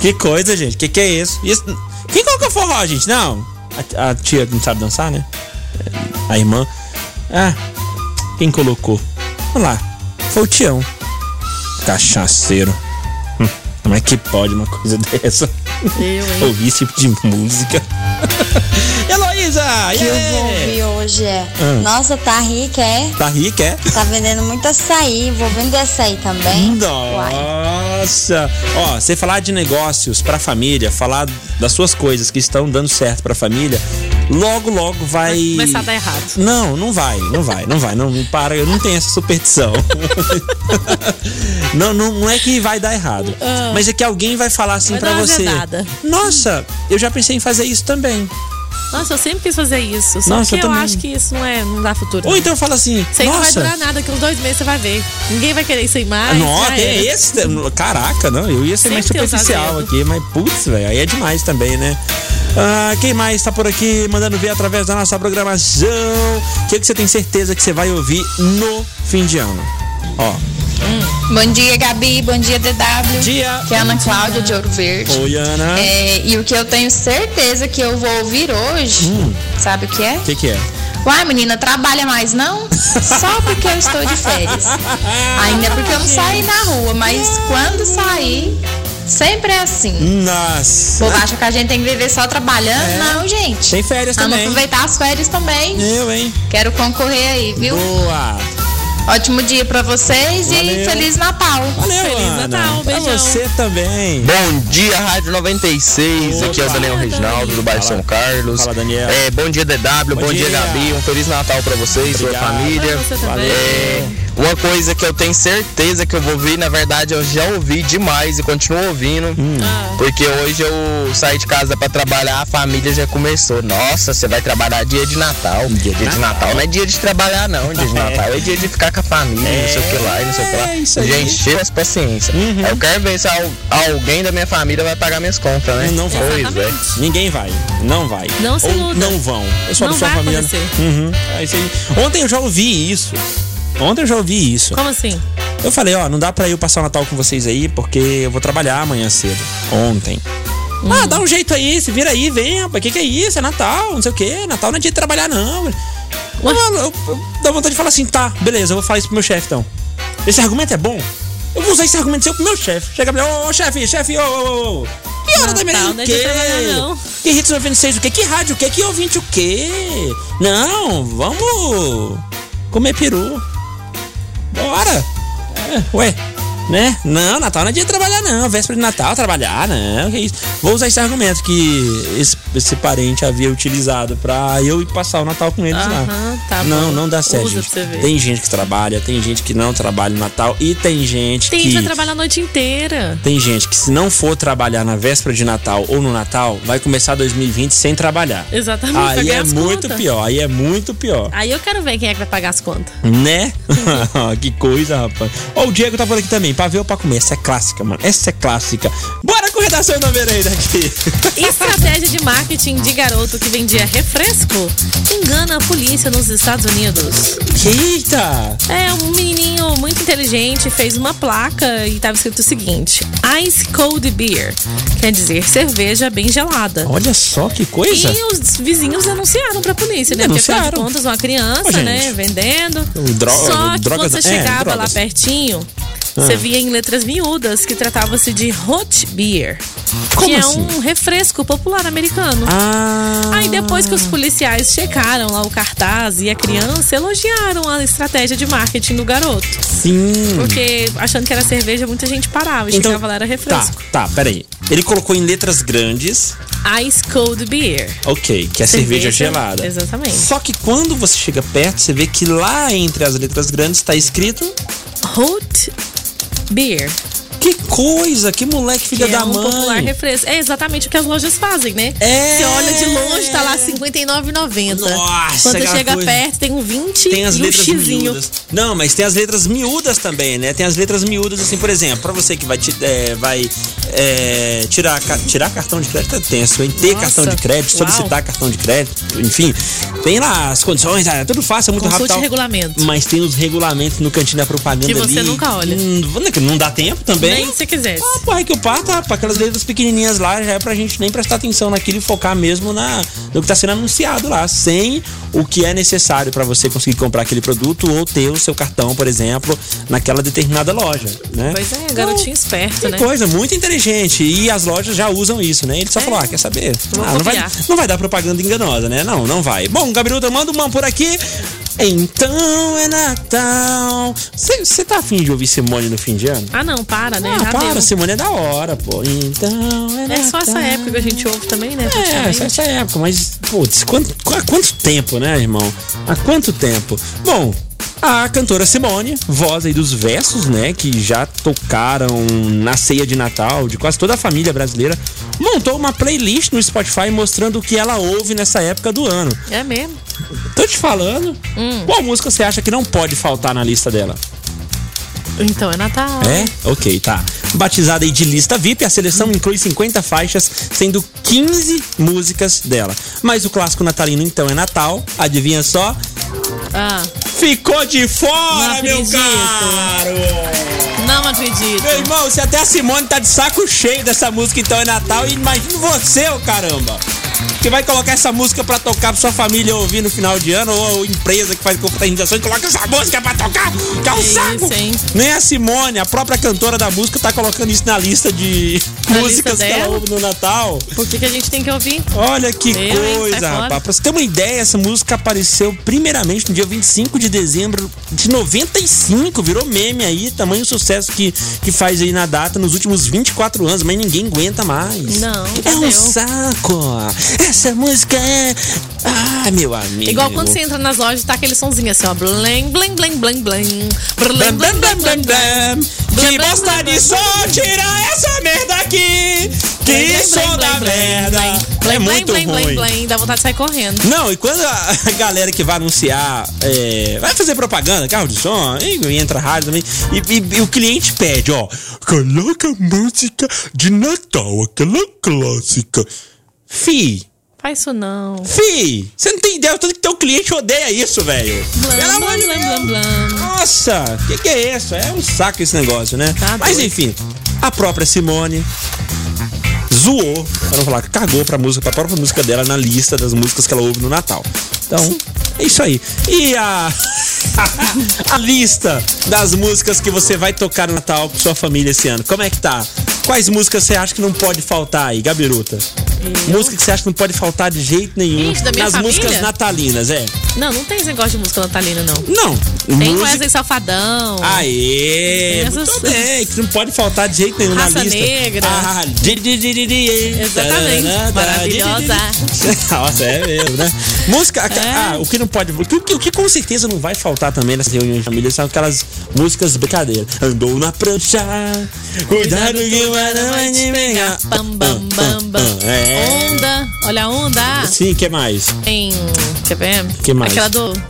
D: Que coisa, gente. Que que é isso? isso... Quem colocou forró, gente? Não. A, a tia não sabe dançar, né? A irmã. Ah, quem colocou? Olha lá. Foi o Tião. Cachaceiro. Hum, Como é que pode uma coisa dessa?
E: Eu,
D: Ouvir esse tipo de música. Heloísa!
P: O que eu vou ouvir hoje é.
D: Ah.
P: Nossa, tá rica, é?
D: Tá rica, é?
P: Tá vendendo muito açaí. Vou vender açaí também.
D: Nossa! Ó, você falar de negócios pra família, falar das suas coisas que estão dando certo pra família, logo, logo vai. Vai
E: começar a dar errado.
D: Não, não vai, não vai, não vai. Não, não para, eu não tenho essa superstição. não, não, não é que vai dar errado.
E: Ah.
D: Mas é que alguém vai falar assim
E: Vai
D: pra
E: dar uma
D: você.
E: azedada.
D: Nossa, eu já pensei em fazer isso também.
E: Nossa, eu sempre quis fazer isso. Só
D: Nossa,
E: que
D: eu
E: eu,
D: também.
E: acho que isso não, é, não dá futuro.
D: Ou então fala assim.
E: Isso aí não vai
D: Nossa,
E: durar nada, que uns dois meses você vai ver. Ninguém vai querer isso aí mais.
D: Nossa,
E: já
D: tem
E: era.
D: Ah, esse. Caraca, não, eu ia ser mais
E: Sempre tem os
D: superficial
E: azedos.
D: aqui, mas putz, velho, aí é demais também, né? Ah, quem mais tá por aqui mandando ver através da nossa programação? O que, que você tem certeza que você vai ouvir no fim de ano? Ó,
Q: Bom dia, Gabi. Bom dia, DW.
D: Dia.
Q: Que é a Ana Cláudia de Ouro Verde.
D: Oi, Ana.
Q: É, e o que eu tenho certeza que eu vou ouvir hoje, sabe o que é?
D: o Hum. que, que é?
Q: Uai, menina, trabalha mais não? Só porque eu estou de férias. Ainda porque eu não saí na rua, mas quando sair, sempre é
D: Hum.
Q: assim. O
D: Nossa!
Q: povo acha que a gente tem que viver só trabalhando? Não, gente.
D: Tem É. férias
Q: Vamos
D: também.
Q: aproveitar as férias também.
D: Eu, hein?
Q: Quero concorrer aí, viu?
D: Boa!
Q: Ótimo dia pra vocês e
D: Valeu.
Q: Feliz Natal.
D: Feliz Natal, pra você também.
M: Bom dia, Rádio 96. aqui é o Daniel Reginaldo, do bairro São Carlos.
D: Fala, Daniel.
M: É, bom dia, DW. Bom, dia. Gabi. Um Feliz Natal pra vocês, sua
D: Obrigado.
M: família.
D: Pra você também.
M: É, uma coisa que eu tenho certeza que eu vou ouvir, na verdade, eu já ouvi demais e continuo ouvindo.
G: Hum.
E: Ah,
M: Porque hoje eu saí de casa pra trabalhar, a família já começou. Nossa, você vai trabalhar dia de Natal. Dia, de Natal não é dia de trabalhar, não. Dia de Natal é dia de ficar com a família, não sei o que lá, e não sei o que lá.
D: É, isso aí. Uhum.
M: Gente, encher as paciências. Eu quero ver se al- alguém da minha família vai pagar minhas contas, né?
D: Não vai.
M: Pois é.
D: Ninguém vai. Não vai.
M: Não se
D: Ou
M: iluda.
D: Não vão. Eu sou
M: Não
D: da sua
M: vai
D: família.
M: acontecer.
D: Uhum. É isso aí. Ontem eu já ouvi isso. Ontem eu já ouvi isso.
E: Como assim?
D: Eu falei, ó, não dá pra eu passar o Natal com vocês aí, porque eu vou trabalhar amanhã cedo. Ontem.
E: Hum.
D: Ah, dá um jeito aí, se vira aí, vem, rapaz. Que que é isso? É Natal, não sei o quê. Natal não é dia de trabalhar, não. Eu, eu- eu- dá vontade de falar assim, tá, beleza, eu vou falar isso pro meu chefe, então. Esse argumento é bom? Eu vou usar esse argumento seu pro meu chefe. Chega pra mim, ô, ô, chefe, chefe, ô, ô, ô. Que hora da
E: Natal
D: merenda?
E: não
D: o
E: é dia de
D: quê?
E: trabalhar, não.
D: Que hits 96 o quê? Que rádio o quê? Que ouvinte o quê? Não, vamos comer peru. Bora! É, ué, né? Não, Natal não é dia de trabalhar, não. Véspera de Natal, trabalhar, não. Que isso. Vou usar esse argumento que esse, esse parente havia utilizado pra eu ir passar o Natal com eles lá.
E: Aham, tá bom.
D: Ah. não, não dá certo.
E: Usa
D: gente.
E: pra você ver.
D: Tem gente que trabalha, tem gente que não trabalha no Natal e tem gente
E: Tem
D: que.
E: gente que vai trabalhar a noite inteira.
D: Tem gente que se não for trabalhar na véspera de Natal ou no Natal, vai começar 2020 sem trabalhar.
E: Exatamente. pra
D: Aí
E: ganhar
D: é
E: as
D: muito
E: contas.
D: pior, aí é muito pior.
E: Aí eu quero ver quem é que vai pagar as contas.
D: Né? que coisa, rapaz. Ó, o Diego tá por aqui também. Pra ver ou pra comer. Essa é clássica, mano. Essa é clássica. Bora com redação número aí daqui.
E: Estratégia de marketing de garoto que vendia refresco engana a polícia nos Estados Unidos.
D: Eita!
E: É, um menininho muito inteligente fez uma placa e tava escrito o seguinte: Ice Cold Beer, quer dizer cerveja bem gelada.
D: Olha só que coisa.
E: E os vizinhos denunciaram pra polícia, né? Porque afinal de
D: Denunciaram.
E: contas, uma criança,
D: Ô, gente.
E: né? Vendendo.
D: O dro-
E: Só que
D: drogas-
E: quando
D: é,
E: você chegava lá
D: drogas.
E: pertinho,
D: Ah.
E: você via em letras miúdas que tratava-se de hot beer.
D: Como
E: que
D: assim? Ah.
E: é um refresco popular americano. Aí depois que os policiais checaram lá o cartaz e a criança, elogiaram a estratégia de marketing do garoto.
D: Sim.
E: Porque achando que era cerveja, muita gente parava. E chegava lá, era
D: Tá,
E: refresco.
D: tá, peraí. Ele colocou em letras grandes,
E: Ice cold beer.
D: ok, que tá. é cerveja, gelada.
E: Exatamente.
D: Só que quando você chega perto, você vê que lá entre as letras grandes tá escrito.
E: Hot beer.
D: Que coisa, que moleque filha
E: que
D: da
E: é um
D: mãe.
E: popular refresco. É exatamente o que as lojas fazem, né?
D: É.
E: Você olha de longe, tá lá R$ 59,90.
D: Nossa,
E: Quando
D: aquela
E: chega
D: coisa.
E: perto, tem um 20
D: tem as
E: e um
D: letras
E: xizinho.
D: miúdas. Não, mas tem as letras miúdas também, né? Tem as letras miúdas, assim, por exemplo, pra você que vai, ti- é, vai é, tirar, ca- tirar cartão de crédito, é tenso, hein? Ter
E: Nossa,
D: cartão de crédito,
E: uau.
D: solicitar cartão de crédito, enfim, tem lá as condições, ah, é tudo fácil, é muito rápido.
E: Consulte
D: e tal.
E: regulamento.
D: Mas tem os regulamentos no cantinho da propaganda
E: Que você
D: ali.
E: nunca olha.
D: Hum, não é que Não dá tempo também.
E: Nem se quisesse.
D: Ah, porra, que o parto, rapaz, aquelas letras pequenininhas lá já é pra gente nem prestar atenção naquilo e focar mesmo na, no que tá sendo anunciado lá, sem o que é necessário pra você conseguir comprar aquele produto ou ter o seu cartão, por exemplo, naquela determinada loja, né?
E: Pois é, garotinho esperto,
D: Que
E: né?
D: coisa, muito inteligente. E as lojas já usam isso, né? Ele só falou, ah, quer saber?
E: É. vou
D: Ah, não, vai,
E: copiar.
D: não vai dar propaganda enganosa, né? Não, não vai. Bom, Gabriel, manda uma por aqui. Então é Natal. Você tá afim de ouvir Simone no fim de ano?
E: Ah, não, para, né?
D: Ah,
E: Já
D: para,
E: deu.
D: Simone é da hora, pô. Então é
E: É só essa
D: Natal.
E: época que a gente ouve também, né?
D: É,
E: praticamente.
D: só essa época, mas, putz, quanto, qu- há quanto tempo, né, irmão? Há quanto tempo? Bom, a cantora Simone, voz aí dos versos, né, que já tocaram na ceia de Natal de quase toda a família brasileira, montou uma playlist no Spotify mostrando o que ela ouve nessa época do ano.
E: É mesmo.
D: Tô te falando,
E: Hum.
D: qual música você acha que não pode faltar na lista dela?
E: Então é Natal.
D: É? Ok, tá. Batizada aí de lista VIP, a seleção inclui 50 faixas, sendo 15 músicas dela. Mas o clássico natalino, então, é Natal. Adivinha só?
E: Ah,
D: Ficou de
E: não
D: fora, meu
E: acredito.
D: caro!
E: Não acredito.
D: Meu irmão, se até a Simone tá de saco cheio dessa música, então é Natal, imagina você, ô caramba! Que vai colocar essa música pra tocar pra sua família ouvir no final de ano, ou a empresa que faz confraternização e coloca essa música pra tocar, que é um
E: Que
D: saco!
E: isso, hein?
D: Nem a Simone, a própria cantora da música, tá colocando isso na lista de,
E: Na
D: músicas
E: lista
D: que ela
E: dela.
D: ouve no Natal.
E: Por que, que a gente tem que ouvir?
D: Olha que
E: Eu, hein? Sai
D: coisa,
E: fora.
D: rapaz. Pra você ter uma ideia, essa música apareceu primeiramente no dia 25 de dezembro de 95. Virou meme aí, tamanho sucesso que, que faz aí na data nos últimos 24 anos, mas ninguém aguenta mais.
E: Não,
D: É um
E: entendeu?
D: saco. Essa música é. Ah, meu amigo.
E: Igual quando você entra nas lojas, tá aquele sonzinho assim, ó. Blém, blém, blém, blém, blém. Blém, blém, blém, blém, blém.
D: Que bosta de som, tira essa merda aqui.
E: Blém,
D: Que
E: blém,
D: som
E: blém,
D: da
E: blém, blém,
D: merda.
E: Blém,
D: É
E: blém,
D: muito
E: blém, blém,
D: ruim.
E: blém. Dá vontade de sair correndo.
D: Não, e quando a a galera que vai anunciar, é, vai fazer propaganda, carro de som, e entra rádio também, e, e- e o cliente pede, ó, coloca música de Natal, aquela clássica. Fi,
E: Faz isso não.
D: fi, você não tem ideia o tanto que teu cliente odeia isso, velho.
E: Blém, blém, blém, blém.
D: Nossa, o que, que é isso? É um saco esse negócio, né?
E: Tá
D: Mas enfim, a própria Simone zoou, pra não falar, que cagou pra música, pra própria música dela na lista das músicas que ela ouve no Natal. Então, é isso aí. E a, a lista das músicas que você vai tocar no Natal com sua família esse ano, como é que tá? Quais músicas você acha que não pode faltar aí, Gabiruta? Música que você acha que não pode faltar de jeito nenhum.
E: Ixi, da minha
D: nas músicas
E: família?
D: natalinas, é.
E: Não, não tem esse negócio de música natalina, não.
D: Não.
E: Tem
D: música- Ah,
E: Wesley Safadão.
D: Aê!
E: Tem
D: Muito
E: essas-
D: bem, que não pode faltar de jeito nenhum
E: Raça
D: na lista.
E: Negra.
D: Ah, di- di- di- di- di-
E: Exatamente.
D: tarará, tarará, di- di- di- di-
E: Maravilhosa. É.
D: Nossa, é mesmo, né? Música. Ah, o que não pode. O que, o que com certeza não vai faltar também nessa reunião de família são aquelas músicas brincadeira. Andou na prancha, cuidado que o varão vai te pegar.
E: Bam, bam, bam, bam.
D: Ah, é.
E: Onda. Olha a onda.
D: Sim, que mais?
E: Tem. Quer ver?
D: Que mais?
E: Aquela do.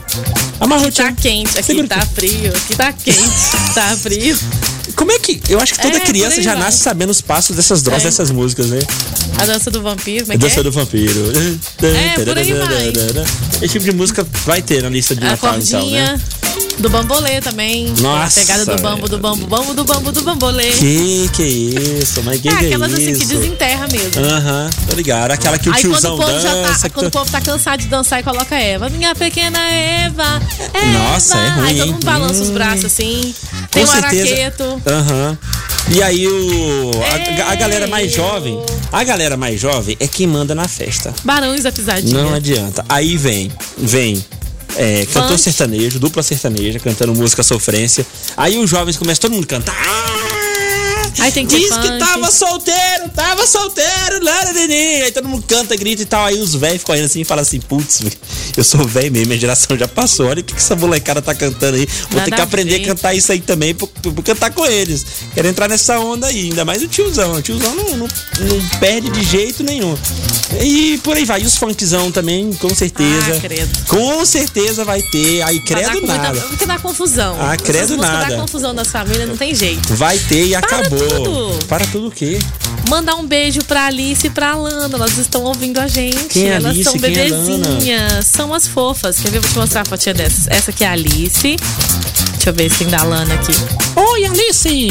D: Amarrote.
E: Tá quente, aqui tá frio, aqui tá quente, tá frio.
D: Como é que. Eu acho que toda
E: É, por
D: criança
E: aí
D: já
E: vai.
D: nasce sabendo os passos dessas drogas,
E: É.
D: dessas músicas, né?
E: A dança do vampiro, como
D: A
E: é que
D: dança
E: é?
D: do vampiro.
E: É, por aí vai.
D: Esse tipo de música vai ter na lista de
E: A
D: Natal, então,
E: cordinha
D: né?
E: do bambolê também.
D: Nossa,
E: A pegada do bambo, do bambo, bambo, do bambo, do bambolê.
D: Que que é isso? Mas que
E: é,
D: que é
E: aquelas assim que
D: isso?
E: desenterra mesmo.
D: Aham, tô ligado. Aquela que o
E: Aí quando o
D: tiozão
E: povo já
D: dança.
E: tá,
D: que
E: quando o
D: tu-
E: povo tá cansado de dançar e coloca Eva, minha pequena Eva, Eva.
D: Nossa, é ruim,
E: Aí todo
D: hein?
E: mundo balança os
D: Hum.
E: braços assim.
D: Com
E: Tem o
D: certeza.
E: araqueto.
D: Aham. E aí o a, a galera mais jovem, a galera mais jovem é quem manda na festa.
E: Barões da pisadinha.
D: Não é adianta. Aí vem, vem. É, cantor
E: Funk.
D: sertanejo, dupla sertaneja, cantando música sofrência. Aí os jovens começam todo mundo a cantar.
E: Aí tem que ter
D: Diz que
E: funk.
D: tava solteiro, tava solteiro, lá, lá, lá, lá. aí todo mundo canta, grita e tal. Aí os velhos ficam olhando assim e falam assim: putz, velho, eu sou velho mesmo, minha geração já passou. Olha o que, que essa molecada tá cantando aí. Vou
E: Nada
D: ter que aprender
E: a ver.
D: a cantar tá isso aí também, pra, pra- pra cantar com eles. Quero entrar nessa onda aí, ainda mais o tiozão. O tiozão não, não, não perde de jeito nenhum. E por aí vai. E os funkzão também, com certeza.
E: Ah, credo.
D: Com certeza vai ter. Aí,
E: Pra dar
D: credo
E: com muita-
D: nada.
E: Porque dá confusão.
D: Ah, credo
E: Essas músicas
D: nada.
E: Dá confusão das famílias, não tem jeito.
D: Vai ter e
E: Para
D: acabou.
E: tudo.
D: Para tudo o quê?
E: Mandar um beijo pra Alice e pra Alana. Elas estão ouvindo a gente.
D: Quem é
E: Elas
D: Alice?
E: são
D: Quem é
E: bebezinhas. são as fofas. Quer ver? Vou te mostrar a fotinha dessas. Essa aqui é a Alice. Deixa eu ver se tem da Alana aqui.
D: Oi, Alice!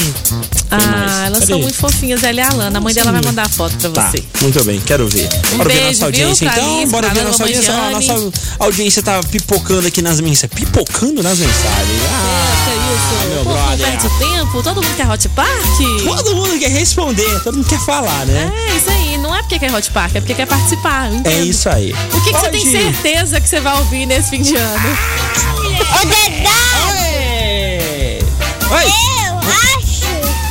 E: Ah,
D: mais?
E: elas
D: Cadê?
E: são muito fofinhas. Ela e a Alana. A mãe dela vai mandar a foto pra
D: Tá,
E: você. É,
D: muito bem, quero ver.
E: Um
D: bora ver
E: beijo,
D: nossa
E: viu,
D: audiência
E: pra
D: então,
E: Alice,
D: bora
E: pra
D: ver
E: Lana
D: nossa audiência. Ó,
E: Mangiani.
D: nossa audiência tá pipocando aqui nas mensagens. Pipocando nas mensagens. Ah,
E: é isso.
D: meu
E: O povo não
D: brother.
E: perde tempo. Todo mundo quer Hot Park.
D: Todo mundo quer responder, todo mundo quer falar, né?
E: É isso aí. Não é porque quer Hot Park, é porque quer participar. eu
D: É
E: entendo.
D: isso aí.
E: O que, que você tem
D: Hoje-
E: certeza que você vai ouvir nesse fim de ano?
J: Ô,
D: Dedé! É. Oi!
J: Eu acho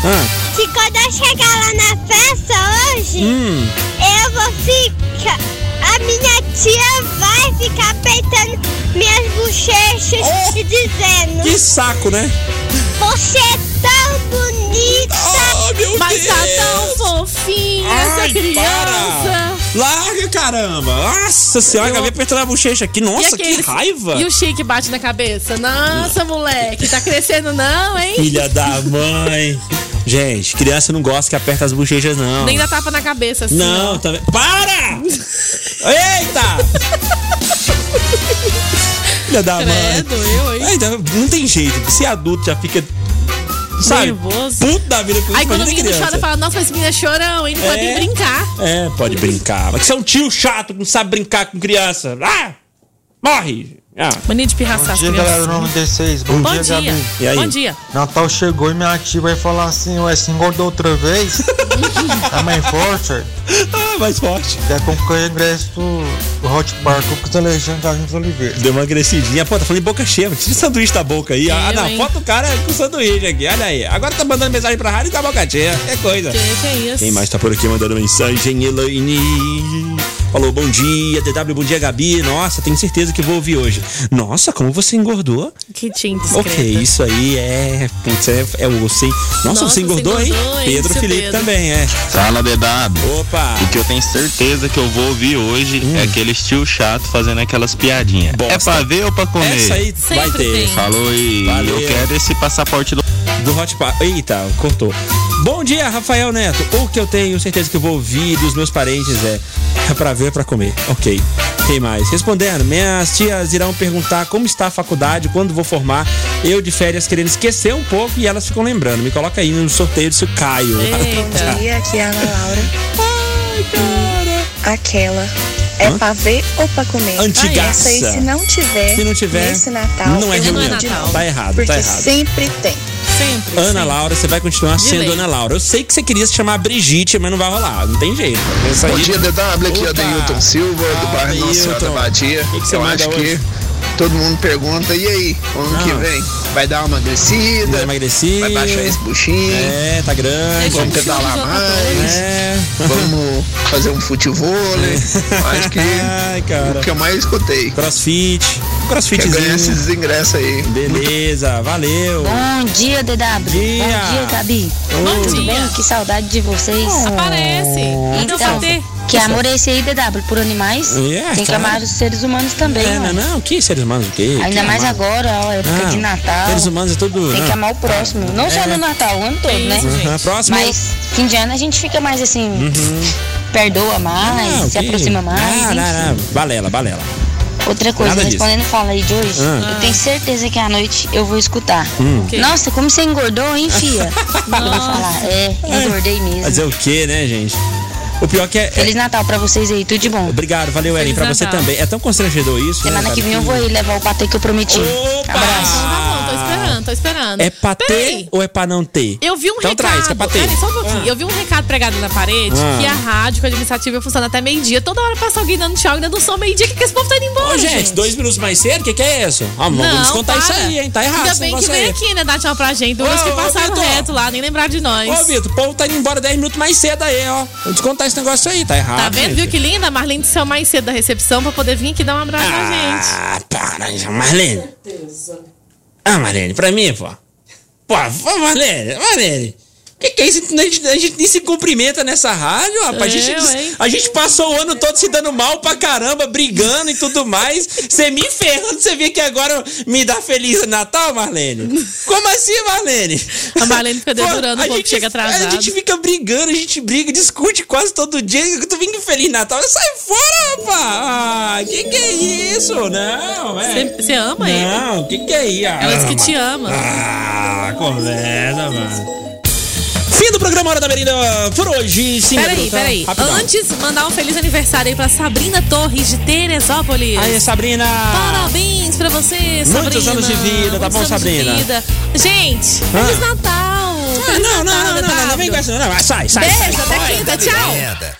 D: Ah,
J: que quando eu chegar lá na festa hoje,
D: Hum.
J: eu vou ficar. A minha tia vai ficar peitando minhas bochechas e dizendo:
D: Oh. que saco, né?
J: Você é tão bonita!
D: Oh, meu
E: Mas tá tão fofinha
D: Ai,
E: essa criança.
D: para! Larga, caramba! Nossa senhora, acabei apertando a bochecha aqui.
E: E
D: Nossa, que
E: aqueles-
D: raiva!
E: E o chique bate na cabeça. Nossa, moleque, tá crescendo não, hein?
D: Filha da mãe! Gente, criança não gosta que aperta as bochechas, não.
E: Nem dá tapa na cabeça, assim.
D: Não, também. Para! Eita! Filha da mãe.
E: Credo, eu, É, hein?
D: Ainda não tem jeito. Se é adulto já fica. Sabe?
E: Nervoso.
D: Puto da vida com
E: Aí
D: isso,
E: quando o
D: imagina
E: menino
D: criança.
E: chora, fala, nossa, esse menino é chorão, hein? Não pode nem
D: É.
E: brincar.
D: É, pode brincar. Mas que você é um tio chato que não sabe brincar com criança. Ah! Morre! Ah.
E: Mania de pirraçar
R: Bom
E: as
R: dia,
E: crianças.
R: galera do 96. Bom,
E: Bom
R: dia,
E: dia.
R: Gabi.
E: E aí? Bom dia.
R: Natal chegou e minha tia vai falar assim, ué, se engordou outra vez? A mais forte.
D: Ah, mais forte.
R: É com o ingresso do Hot Park, com o Alexandre Agnes Oliveira.
D: Deu uma crescidinha. Pô, tá falando em boca cheia. Tira esse sanduíche da boca aí. ah,
R: Eu,
D: não.
R: hein?
D: Foto do cara com sanduíche aqui. Olha aí. Agora tá mandando mensagem pra rádio e tá boca cheia. É coisa.
E: Que que é isso?
D: Quem mais tá por aqui mandando mensagem? Elaine. Falou, bom dia, DW, bom dia, Gabi. Nossa, tenho certeza que vou ouvir hoje. Nossa, como você engordou?
E: Que tinha
D: Ok,
E: indiscreta.
D: isso aí é. Putz, é, é o você. Nossa,
E: Nossa,
D: você
E: você
D: engordou, hein?
E: engordou, hein,
D: Pedro
E: seu
D: Felipe
E: Pedro?
D: também, é.
S: Fala DW.
D: Opa!
S: O que eu tenho certeza que eu vou ouvir hoje
D: Uhum.
S: é aquele estilo chato fazendo aquelas piadinhas. É pra ver ou pra comer?
D: Essa aí vai Sempre ter. tem.
S: Falou e
D: Valeu.
S: eu quero esse passaporte do.
D: Do Hot Park. Eita, cortou. Bom dia, Rafael Neto. O que eu tenho certeza que eu vou ouvir dos meus parentes é, é pra ver, pra comer. Ok. Tem mais. Respondendo, minhas tias irão perguntar como está a faculdade, quando vou formar. Eu de férias querendo esquecer um pouco e elas ficam lembrando. Me coloca aí no sorteio se eu caio. Oh.
T: Bom dia, aqui é a Ana Laura. Ai, cara. Aquela. É
D: Hã?
T: pra ver ou pra comer? Essa
D: Antigaça.
T: aí, se não tiver,
D: Se não tiver,
T: nesse Natal,
D: não é
T: eu
D: reunião.
T: de novo.
D: Tá errado, tá
T: Porque
D: errado.
T: sempre tem.
E: Sempre.
D: Ana Laura, você vai continuar
T: De
D: sendo
T: lei.
D: Ana Laura. Eu sei que você queria se chamar Brigitte, mas não vai rolar. Não tem jeito. Essa
U: Bom
D: aí-
U: dia, DW. Aqui é o
D: Opa!
U: Deilton Silva, do
D: Fala,
U: bairro Nossa Senhora da
D: Deilton.
U: Badia.
D: Que que você
U: Eu
D: manda
U: acho
D: hoje?
U: que todo mundo pergunta, e aí, o ano que
D: Ah.
U: vem? Vai dar uma
D: Dá uma
U: emagrecida?
D: emagrecida.
U: Vai baixar esse buchinho?
D: É, tá grande. É.
U: Vamos pedalar mais? Vamos fazer um futevôlei?
C: É.
U: Acho que é
D: Ai, cara.
U: o que eu mais escutei.
D: Crossfit. Crossfitzinho.
U: Quer ganhar esses ingressos aí.
D: Beleza, valeu.
V: Bom dia, DW. Bom
D: dia.
V: Gabi.
D: Bom
V: Tudo
D: dia.
V: bem? Que saudade de vocês.
E: Aparece. Então
V: Então,
E: cadê?
V: que amor é esse aí, DW, por animais?
D: É,
V: Tem que
D: claro.
V: amar os seres humanos também,
D: É, não,
V: ó.
D: não, que seres humanos o quê?
V: Ainda
D: Que
V: mais
D: amar-
V: agora, ó, é época
D: Ah,
V: de Natal.
D: Seres humanos é tudo.
V: Tem que
D: ah.
V: amar o próximo. Não só
D: É.
V: no Natal, o ano todo, né?
D: Isso, gente. Aham, próximo.
V: Mas fim de ano a gente fica mais assim.
D: Uhum.
V: Perdoa mais,
D: Ah, o
V: se
D: quê?
V: aproxima mais.
D: Ah,
V: enfim.
D: não, não. Balela, balela.
V: Outra coisa,
D: Nada disso.
V: respondendo fala aí de hoje,
D: Ah.
V: eu tenho certeza que à noite eu vou escutar.
D: Hum.
V: Ok. Nossa, como você engordou, hein, fia? eu vou falar, é, engordei mesmo.
D: Fazer o quê, né, gente? O pior que é.
V: Feliz Natal pra vocês aí, tudo de bom.
D: Obrigado, valeu, Ellen, pra
V: Feliz
D: você
V: Natal.
D: também. É tão constrangedor isso.
V: Semana
D: né,
V: que
D: cara?
V: vem eu vou aí levar o patê que eu prometi.
E: Então tá bom, tô esperando, tô esperando.
D: É pra
E: Peraí,
D: ter ou é pra não ter?
E: Eu vi um
D: então
E: recado.
D: traz, que é pra ter.
E: Peraí, só um pouquinho. Eu vi um recado pregado na parede
D: Ah.
E: que a rádio, que a administrativa funciona até meio-dia. Toda hora passa alguém dando tchau, ainda não sou meio-dia. O que, que esse povo tá indo embora?
D: Ô, gente, dois minutos mais cedo, o que, que é isso? Ah, vamos descontar
E: para.
D: isso aí, hein? Tá errado
E: Ainda
D: esse
E: bem que
D: negócio
E: veio
D: aí.
E: aqui, né? Dar tchau pra gente.
D: Ô,
E: Duas que
D: ô,
E: passaram
D: Vitor.
E: reto lá, nem lembraram de nós.
D: Ô, Vitor, o povo tá indo embora 10 minutos mais cedo aí, ó. Vou descontar esse negócio aí, tá errado.
E: Tá vendo,
D: gente.
E: viu que linda? A Marlene saiu mais cedo da recepção pra poder vir aqui dar um abraço pra gente.
D: Ah, para, Marlene. Ah, Marlene, pra mim, pô. Pô, pô, Marlene, Marlene. Que que é isso? A gente, a gente nem se cumprimenta nessa rádio, rapaz. A gente,
E: Eu, hein?
D: a gente passou o ano todo se dando mal pra caramba, brigando e tudo mais. Você me ferrando, você vem aqui agora me dar Feliz Natal, Marlene? Como assim, Marlene?
E: A Marlene fica dedurando um
D: a
E: pouco,
D: gente-
E: chega atrasada.
D: A gente fica brigando, a gente briga, discute quase todo dia. Tu vem Feliz Natal, sai fora, rapaz! Ah, que que é isso? Não, é.
E: Você ama ele?
D: Não, que que é isso?
E: né? Ela disse que te ama.
D: Ah, conversa, mano. Fim do programa Hora da Merenda por hoje. Sim,
E: peraí,
D: Bruta.
E: peraí.
D: Rapidão.
E: Antes, mandar um feliz aniversário aí pra Sabrina Torres de Teresópolis.
D: Aí, Sabrina!
E: Parabéns pra você, Sabrina.
D: Muitos anos de vida, tá
E: Muitos
D: bom,
E: anos de
D: Sabrina?
E: vida. Gente,
D: Ah.
E: Feliz Natal! Feliz
D: não, não, Ah, não,
E: Natal,
D: não, não, não,
E: DW.
D: vem com essa, não, não, vai, sai, sai,
E: Beijo,
D: sai,
E: até
D: sai,
E: quinta,
D: sai,
E: tchau.
D: merda.